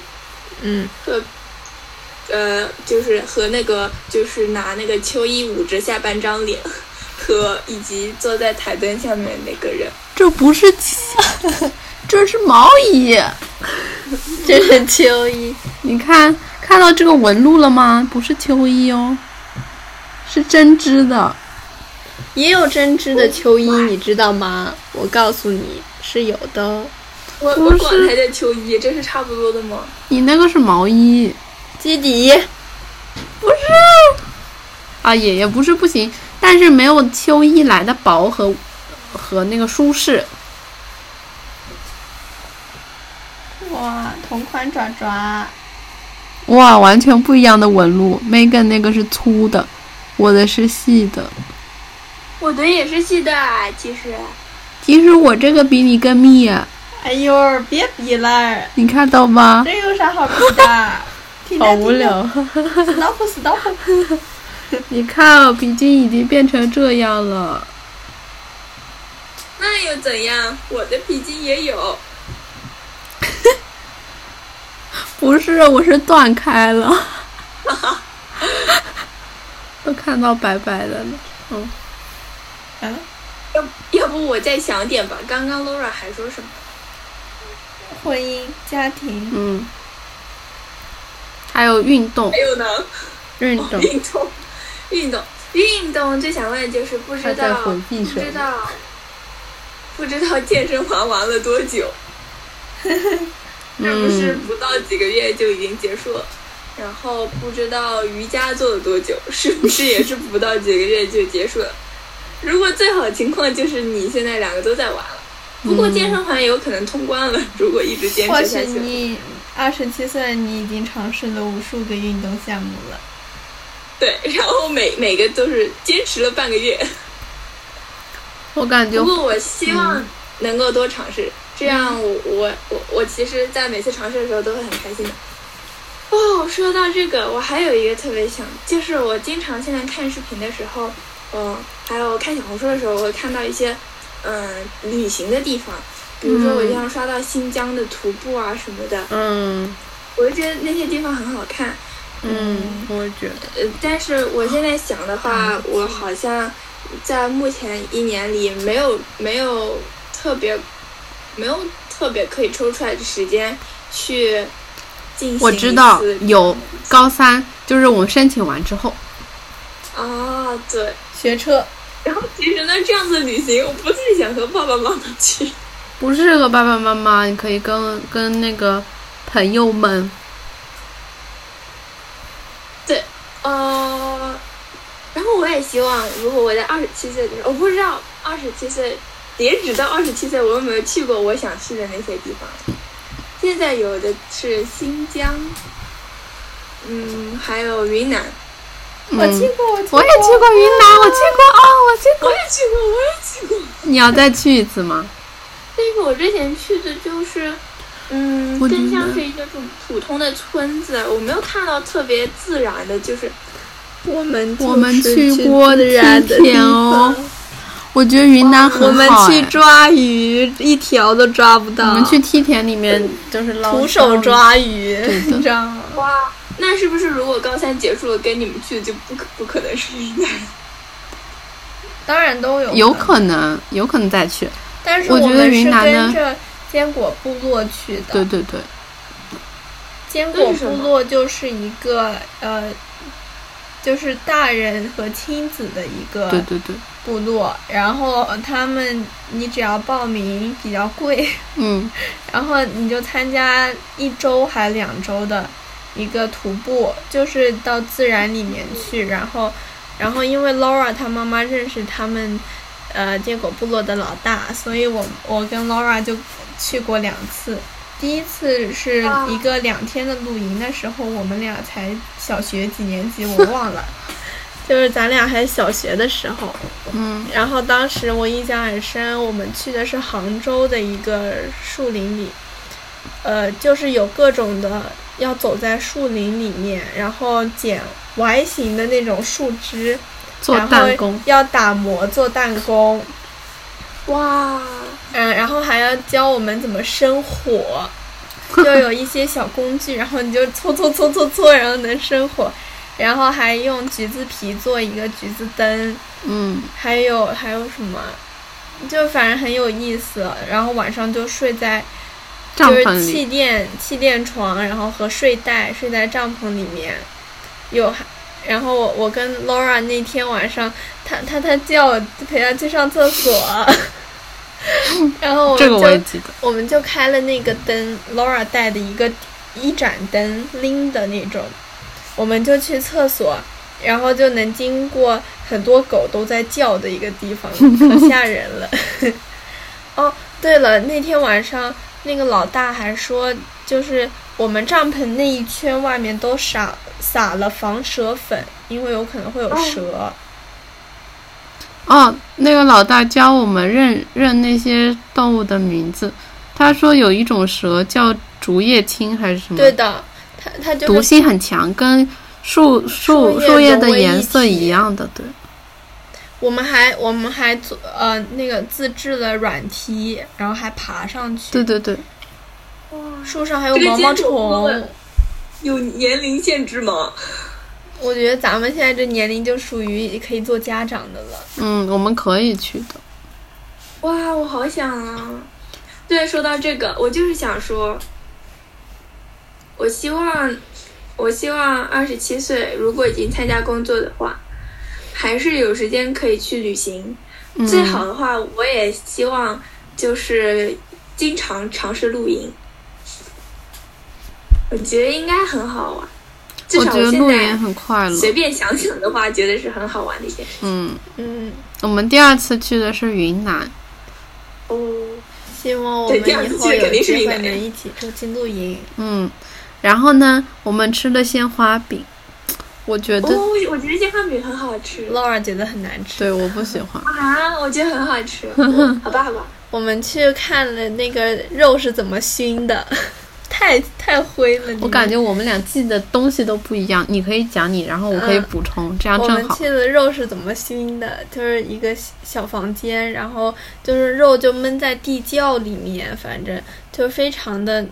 嗯，呃，呃，就是和那个就是拿那个秋衣捂着下半张脸，和以及坐在台灯下面那个人，这不是 鸡，这是毛衣。这是秋衣，你看，看到这个纹路了吗？不是秋衣哦，是针织的。也有针织的秋衣，你知道吗？我告诉你，是有的哦。我不我管是他叫秋衣，这是差不多的吗？你那个是毛衣基底，啊，也也不是不行，但是没有秋衣来的薄和和那个舒适。哇，同款爪爪，哇，完全不一样的纹路。Megan 那个是粗的，我的是细的。我的也是细的啊，其实其实我这个比你更密啊。哎呦，别比了，你看到吗？这有啥好比 的？听着好无。聊。听着 stop stop，你看、哦，比基已经变成这样了。那又怎样？我的皮筋也有，不是，我是断开了， 都看到白白的了。嗯，啊，要要不我再想点吧。刚刚 Laura 还说什么？婚姻、家庭、嗯，还有运动还，有呢？运哦动运动，运动，运动。最想问的就是不他知在道，回避不什知么？道，不知道健身环玩了多 久？嗯是不是嗯，不到几个月就已经结束了？然后不知道瑜伽做了多久，是不是也是不到几个月就结束了？如果最好情况就是你现在两个都在玩了，不过健身环也有可能通关了，如果一直坚或持下许去。你二十七岁，你已经尝试了无数个运动项目了。对，然后每每个都是坚持了半个月。我感觉不过我希望能够多尝试，这样我我我我其实，在每次尝试的时候都会很开心的。哦，说到这个，我还有一个特别想，就是我经常现在看视频的时候，嗯，还有看小红书的时候，我会看到一些嗯旅行的地方，比如说我经嗯常刷到新疆的徒步啊什么的，嗯我就觉得那些地方很好看。嗯，我也觉得呃，但是我现在想的嗯话，我好像在目前一年里没有没有特别没有特别可以抽出来的时间去进行我知道一次有高三，就是我们申请完之后，啊，对。学车，然后其实呢，这样子旅行我不太想和爸爸妈妈去，不是和爸爸妈妈，你可以跟跟那个朋友们，呃，然后我也希望，如果我在二十七岁的时候，我不知道二十七岁截止到二十七岁，我有没有去过我想去的那些地方。现在有的是新疆，嗯，还有云南，嗯我去过，我也去过云南，我去过哦，我去我过。也去过，我也去过。你要再去一次吗？但是我之前去的就是，嗯，我更觉像得是一个普普通的村子，我没有看到特别自然的，就是我们我们就是去过自然的梯地田哦方，我觉得云南很好、我们去哎抓鱼，一条都抓不到，我们去梯田里面就是捞徒手香抓鱼，的你知道吗？哇，那是不是如果高三结束了跟你们去的就不可不可能是云南？当然都有，有可能，有可能再去。但是我觉们得是云南跟呢着坚果部落去的。对对对，坚果为什部么落就是一个呃，就是大人和亲子的一对个对对，部落，然后呃他们你只要报名比较贵，嗯然后你就参加一周还两周的一个徒步，就是到自然里面去，然后，然后因为 Laura 她妈妈认识他们，呃，坚果部落的老大，所以我我跟 Laura 就去过两次。第一次是哇一个两天的露营的时候，我们俩才小学几年级，我忘了， 就是咱俩还小学的时候。嗯然后当时我印象很深，我们去的是杭州的一个树林里，呃，就是有各种的要走在树林里面，然后捡 Y 型的那种树枝，做然后弹弓，要打磨做弹弓，哇，嗯，然后还要教我们怎么生火，就有一些小工具， 然后你就搓搓搓搓搓，然后能生火，然后还用橘子皮做一个橘子灯，嗯，还有还有什么，就反正很有意思。然后晚上就睡在帐就是篷里气垫气垫床，然后和睡袋睡在帐篷里面。有，然后我我跟 Laura 那天晚上，她她她叫我陪她去上厕所， 然后我这个就我也记得。我们就开了那个灯，Laura 带的一个一盏灯拎的那种，我们就去厕所，然后就能经过很多狗都在叫的一个地方，可吓人了。 哦，对了，那天晚上那个老大还说，就是我们帐篷那一圈外面都撒撒了防蛇粉，因为有可能会有蛇。哦，那个老大教我们认认那些动物的名字，他说有一种蛇叫竹叶青还是什么，对的，它它就是毒性很强，跟树树树树叶叶融的为一颜色体一样的，对。我们还我们还做呃那个自制了软梯，然后还爬上去。对对对，树上还有这个毛毛建筑我虫问。有年龄限制吗？我觉得咱们现在这年龄就属于可以做家长的了。嗯，我们可以去的。哇，我好想啊！对，说到这个，我就是想说，我希望，我希望二十七岁如果已经参加工作的话，还是有时间可以去旅行。嗯、最好的话，我也希望就是经常尝试露营。我觉得应该很好玩，至我少觉得现露营在很快乐。随便想想的话，觉得是很好玩的一件事。嗯，嗯，我们第二次去的是云南。哦，希望我对们第二以次后去有肯定是机云会南能一起出去露营。嗯，然后呢，我们吃了鲜花饼，我觉得、哦，我我觉得健康饼很好吃。劳尔觉得很难吃。对我不喜欢。啊，我觉得很好 吃。好吧，好吧，我们去看了那个肉是怎么熏的， 太太灰了。我感觉觉我们俩记的东西都不一样，你可以讲你，然后我可以嗯补充，这样我正们好。去的肉是怎么熏的，就是一个小房间，然后就是肉就闷在地窖里面，反正就非常的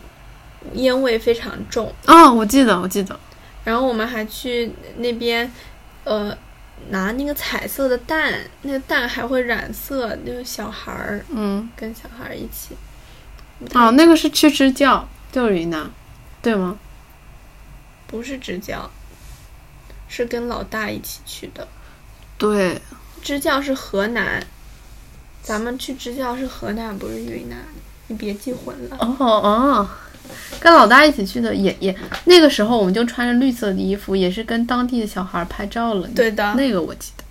烟味非常重。哦，我记得，我记得。然后我们还去那边，呃，拿那个彩色的蛋，那个蛋还会染色，就是小孩儿嗯，跟小孩儿一起。哦，那个是去支教，就是云南，对吗？不是支教，是跟老大一起去的。对，支教是河南，咱们去支教是河南，不是云南。你别记混了。哦哦，跟老大一起去的也也，那个时候我们就穿着绿色的衣服，也是跟当地的小孩拍照了。对啊哦的那个我记得。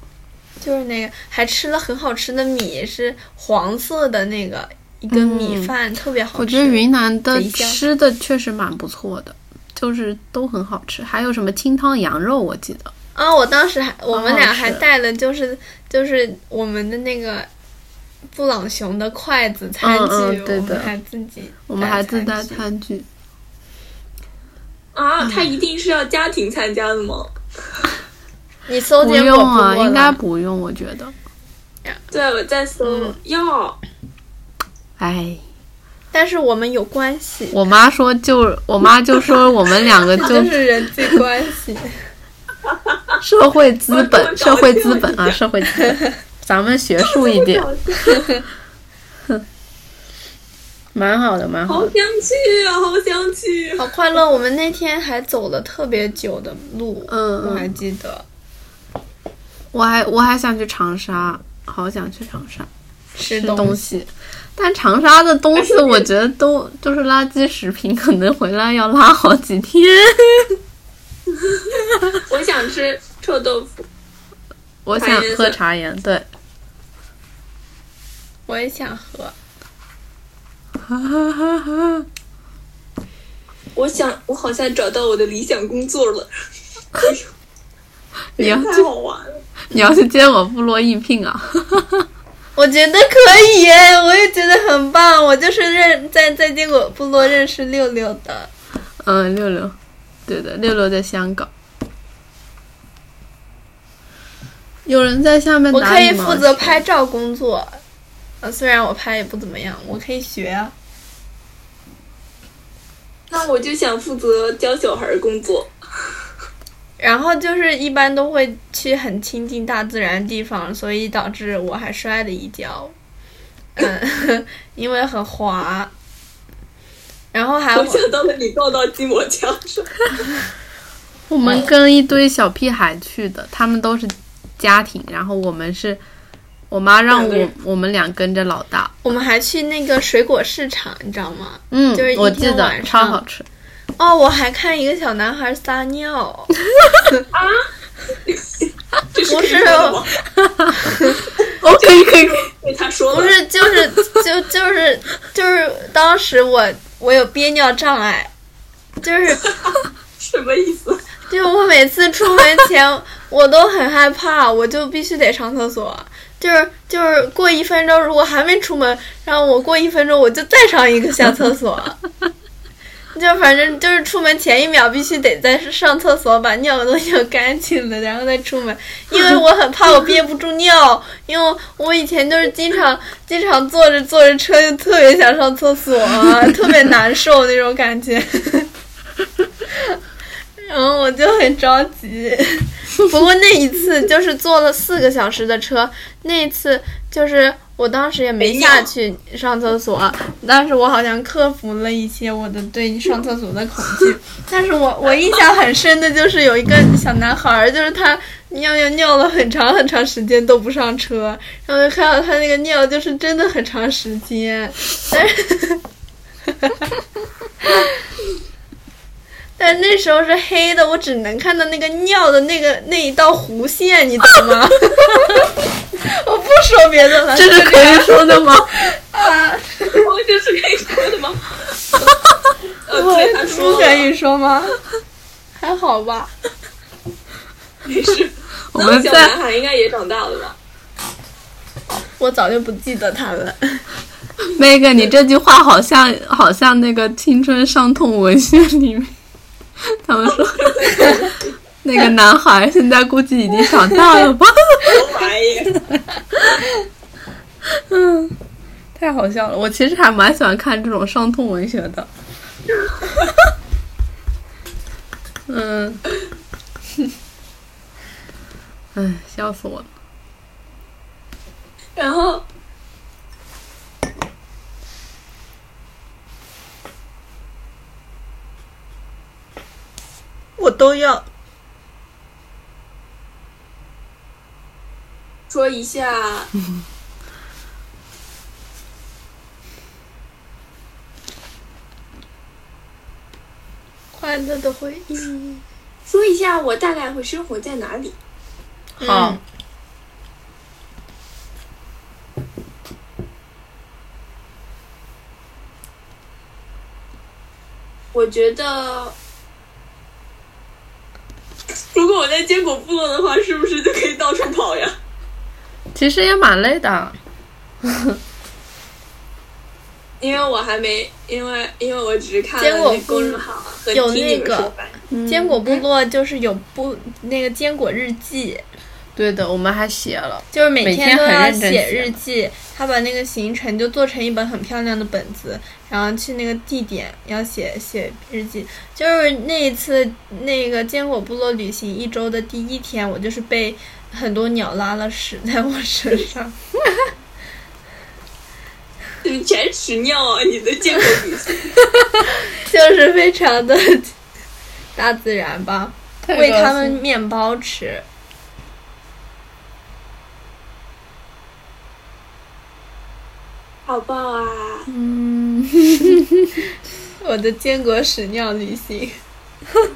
就是那个，还吃了很好吃的米，是黄色的那个一根米饭，特别好吃。我觉得云南的肥香吃的确实蛮不错的，就是都很好吃，还有什么清汤羊肉，我记得。啊，我当时还我们俩还好吃带了，就是就是我们的那个布朗熊的筷子餐具，嗯嗯对我的们还自己我们还自带餐具餐具，啊，他一定是要家庭参加的吗？你搜不结果用啊，过应该了不用，我觉得。对，我在搜、嗯要哎，但是我们有关系，我妈说就我妈就说我们两个 就就是人际关 系。社会资我 本，我社会资本啊，社会资本， 咱们学术一点，蛮好的，蛮好好的。想去啊，好想去啊。好快乐！我们那天还走了特别久的路，嗯嗯我还记得我还我还想去长沙，好想去长沙吃吃东东。西，但长沙的东西我觉得都 就是垃圾食品，可能回来要拉好几天。 我想吃臭豆腐，我想喝茶颜，对，我也想喝，我想我好像找到我的理想工作了。哎你要去太好玩了，你要去接我部落应聘啊？我觉得可以耶，我也觉得很棒。我就是认在在结果部落认识六六的，嗯，六六，对的，六六在香港。有人在下面我打可以羽毛负责球拍照工作，呃，虽然我拍也不怎么样，我可以学啊。那我就想负责教小孩工作。然后就是一般都会去很亲近大自然的地方，所以导致我还摔了一跤，嗯， 因为很滑。然后还我想到了你撞到筋膜枪 上，我嗯们跟一堆小屁孩去的，他们都是家庭，然后我们是，我妈让两个我人我们俩跟着老大，我们还去那个水果市场，你知道吗？嗯，就是一我天记得晚超上好吃，哦，我还看一个小男孩撒尿，这是不可以是说的吗？哦，可以可以，对他说不了，是，就是就就是就是当时我我有憋尿障碍，就是什么意思？就我每次出门前我都很害怕，我就必须得上厕所。就是就是过一分钟，如果还没出门，然后我过一分钟我就再上一个下厕所，就反正就是出门前一秒必须得在上厕所把尿都尿干净了，然后再出门，因为我很怕我憋不住尿，因为我以前就是经常经常坐着坐着车就特别想上厕所，啊特别难受那种感觉。然后我就很着急，不过那一次就是坐了四个小时的车，那一次就是我当时也没下去上厕所，但是我好像克服了一些我的对上厕所的恐惧。但是 我我印象很深的就是有一个小男孩儿，就是他尿尿尿了很长很长时间都不上车，然后就看到他那个尿就是真的很长时间，但 是。但那时候是黑的，我只能看到那个尿的那个那一道弧线，你懂 吗？我不说别的了， 这是可以说的吗？啊，我这是可以说的 吗？呃，对，他不说可了以说吗？还好吧，没事。我那们小在男孩应该也长大了吧？我早就不记得他了。那个，你这句话好像好像那个青春伤痛文学里面，他们说那个男孩现在估计已经长大了吧？我妈耶！嗯，太好笑了。我其实还蛮喜欢看这种伤痛文学的。嗯，哎，笑死我了。然后，我都要说一下，快乐的回忆。说一下我大概会生活在哪里。好，我觉得，如果我在坚果部落的话，是不是就可以到处跑呀？其实也蛮累的。因为我还没，因为因为我只是看坚了果那部公众号和有听那你们个说吧。嗯坚果部落就是有部那个坚果日记，对的，我们还写了。就是每每天天都很要认真写写日记，他把那个行程就做成一本很漂亮的本子，然后去那个地点要写写日记。就是那一次那个坚果部落旅行一周的第一天，我就是被很多鸟拉了屎在我身上， 你全屎尿啊！你的坚果比赛，就是非常的大自然吧，太喂高他兴们面包吃。好棒啊！嗯，我的坚果屎尿旅行。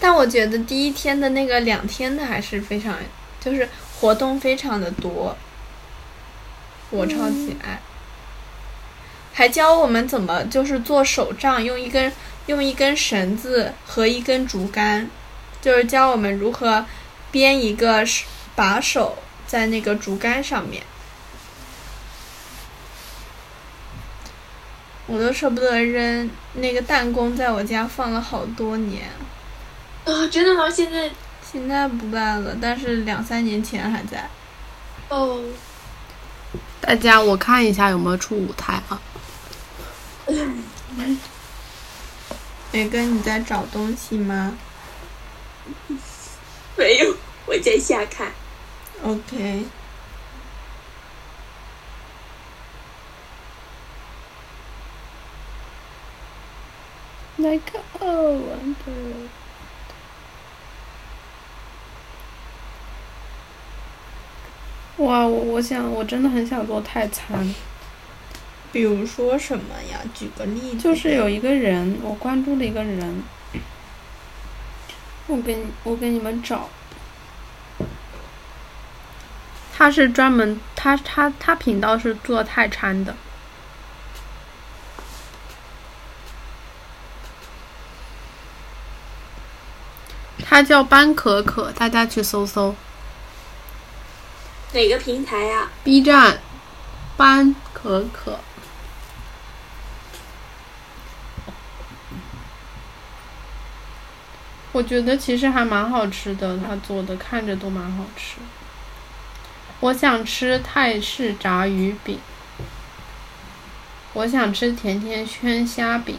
但我觉得第一天的那个两天的还是非常，就是活动非常的多，我超级爱。还教我们怎么就是做手杖，用一根用一根绳子和一根竹竿，就是教我们如何编一个手把手在那个竹竿上面。我都舍不得扔那个弹弓，在我家放了好多年， 啊、真的吗？现在现在不在了，但是两三年前还在。哦，大家，我看一下有没有出舞台啊？梅根，哎你在找东西吗没有，我在瞎看。 ？OK， Like a wonder。哇，我我想，我真的很想做泰餐。比如说什么呀？举个例子，就是有一个人，我关注了一个人，我给你我给你们找。他是专门，他他他频道是做泰餐的。他叫班可可，大家去搜搜。哪个平台啊呀、 B 站，班可可，我觉得其实还蛮好吃的，他做的看着都蛮好吃。我想吃泰式炸鱼饼，我想吃甜甜圈虾饼，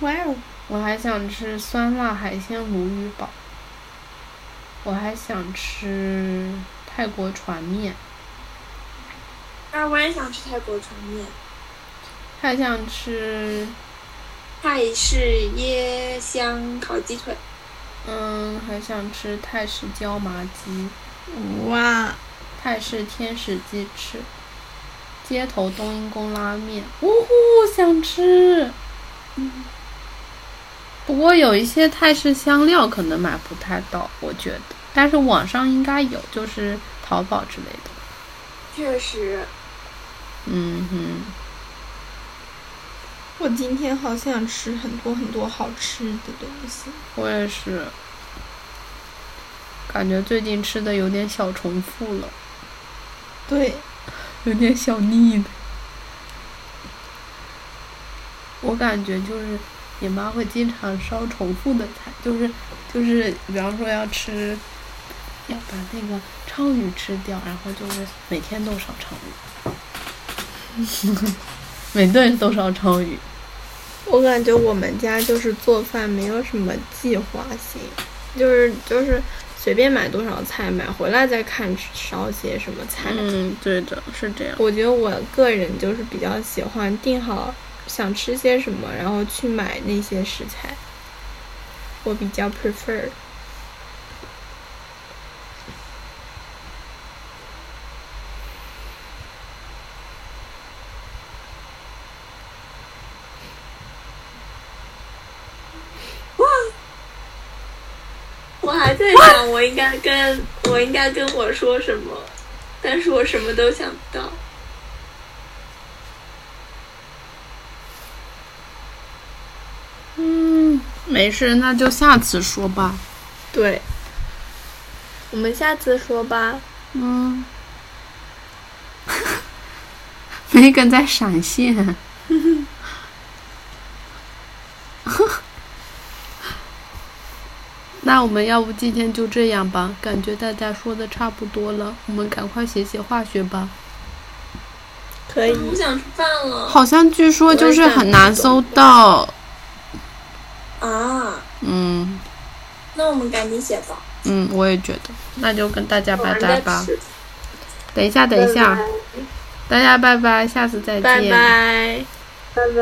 哇哦，我还想吃酸辣海鲜鲈鱼堡，我还想吃泰国船面，啊，我也想吃泰国船面，还想吃泰式椰香烤鸡腿。嗯，还想吃泰式椒麻鸡、哇，泰式天使鸡翅、街头冬阴功拉面。呜呼，想吃！不过有一些泰式香料可能买不太到，我觉得，但是网上应该有，就是淘宝之类的。确实，嗯哼，我今天好想吃很多很多好吃的东西。我也是，感觉最近吃的有点小重复了，对，有点小腻了。我感觉就是你妈会经常烧重复的菜，就是就是，比方说要吃，要把那个鲳鱼吃掉，然后就是每天都烧鲳鱼， 每顿都烧鲳鱼。我感觉我们家就是做饭没有什么计划性，就是就是随便买多少菜，买回来再看少些什么菜。嗯，对的，是这样。我觉得我个人就是比较喜欢定好想吃些什么，然后去买那些食材。我比较 prefer。我还在想我应该跟我应该跟我说什么，但是我什么都想不到。嗯，没事，那就下次说吧。对，我们下次说吧。嗯，梅根在闪现。 那我们要不今天就这样吧？感觉大家说的差不多了，我们赶快写写化学吧。可以，我想吃饭了好像据说就是很难搜到。啊！嗯那我们赶紧写吧，嗯，我也觉得。那就跟大家我拜们拜再吧。吃。等一下，等一下，拜大家拜拜，下次再见。拜拜。拜拜。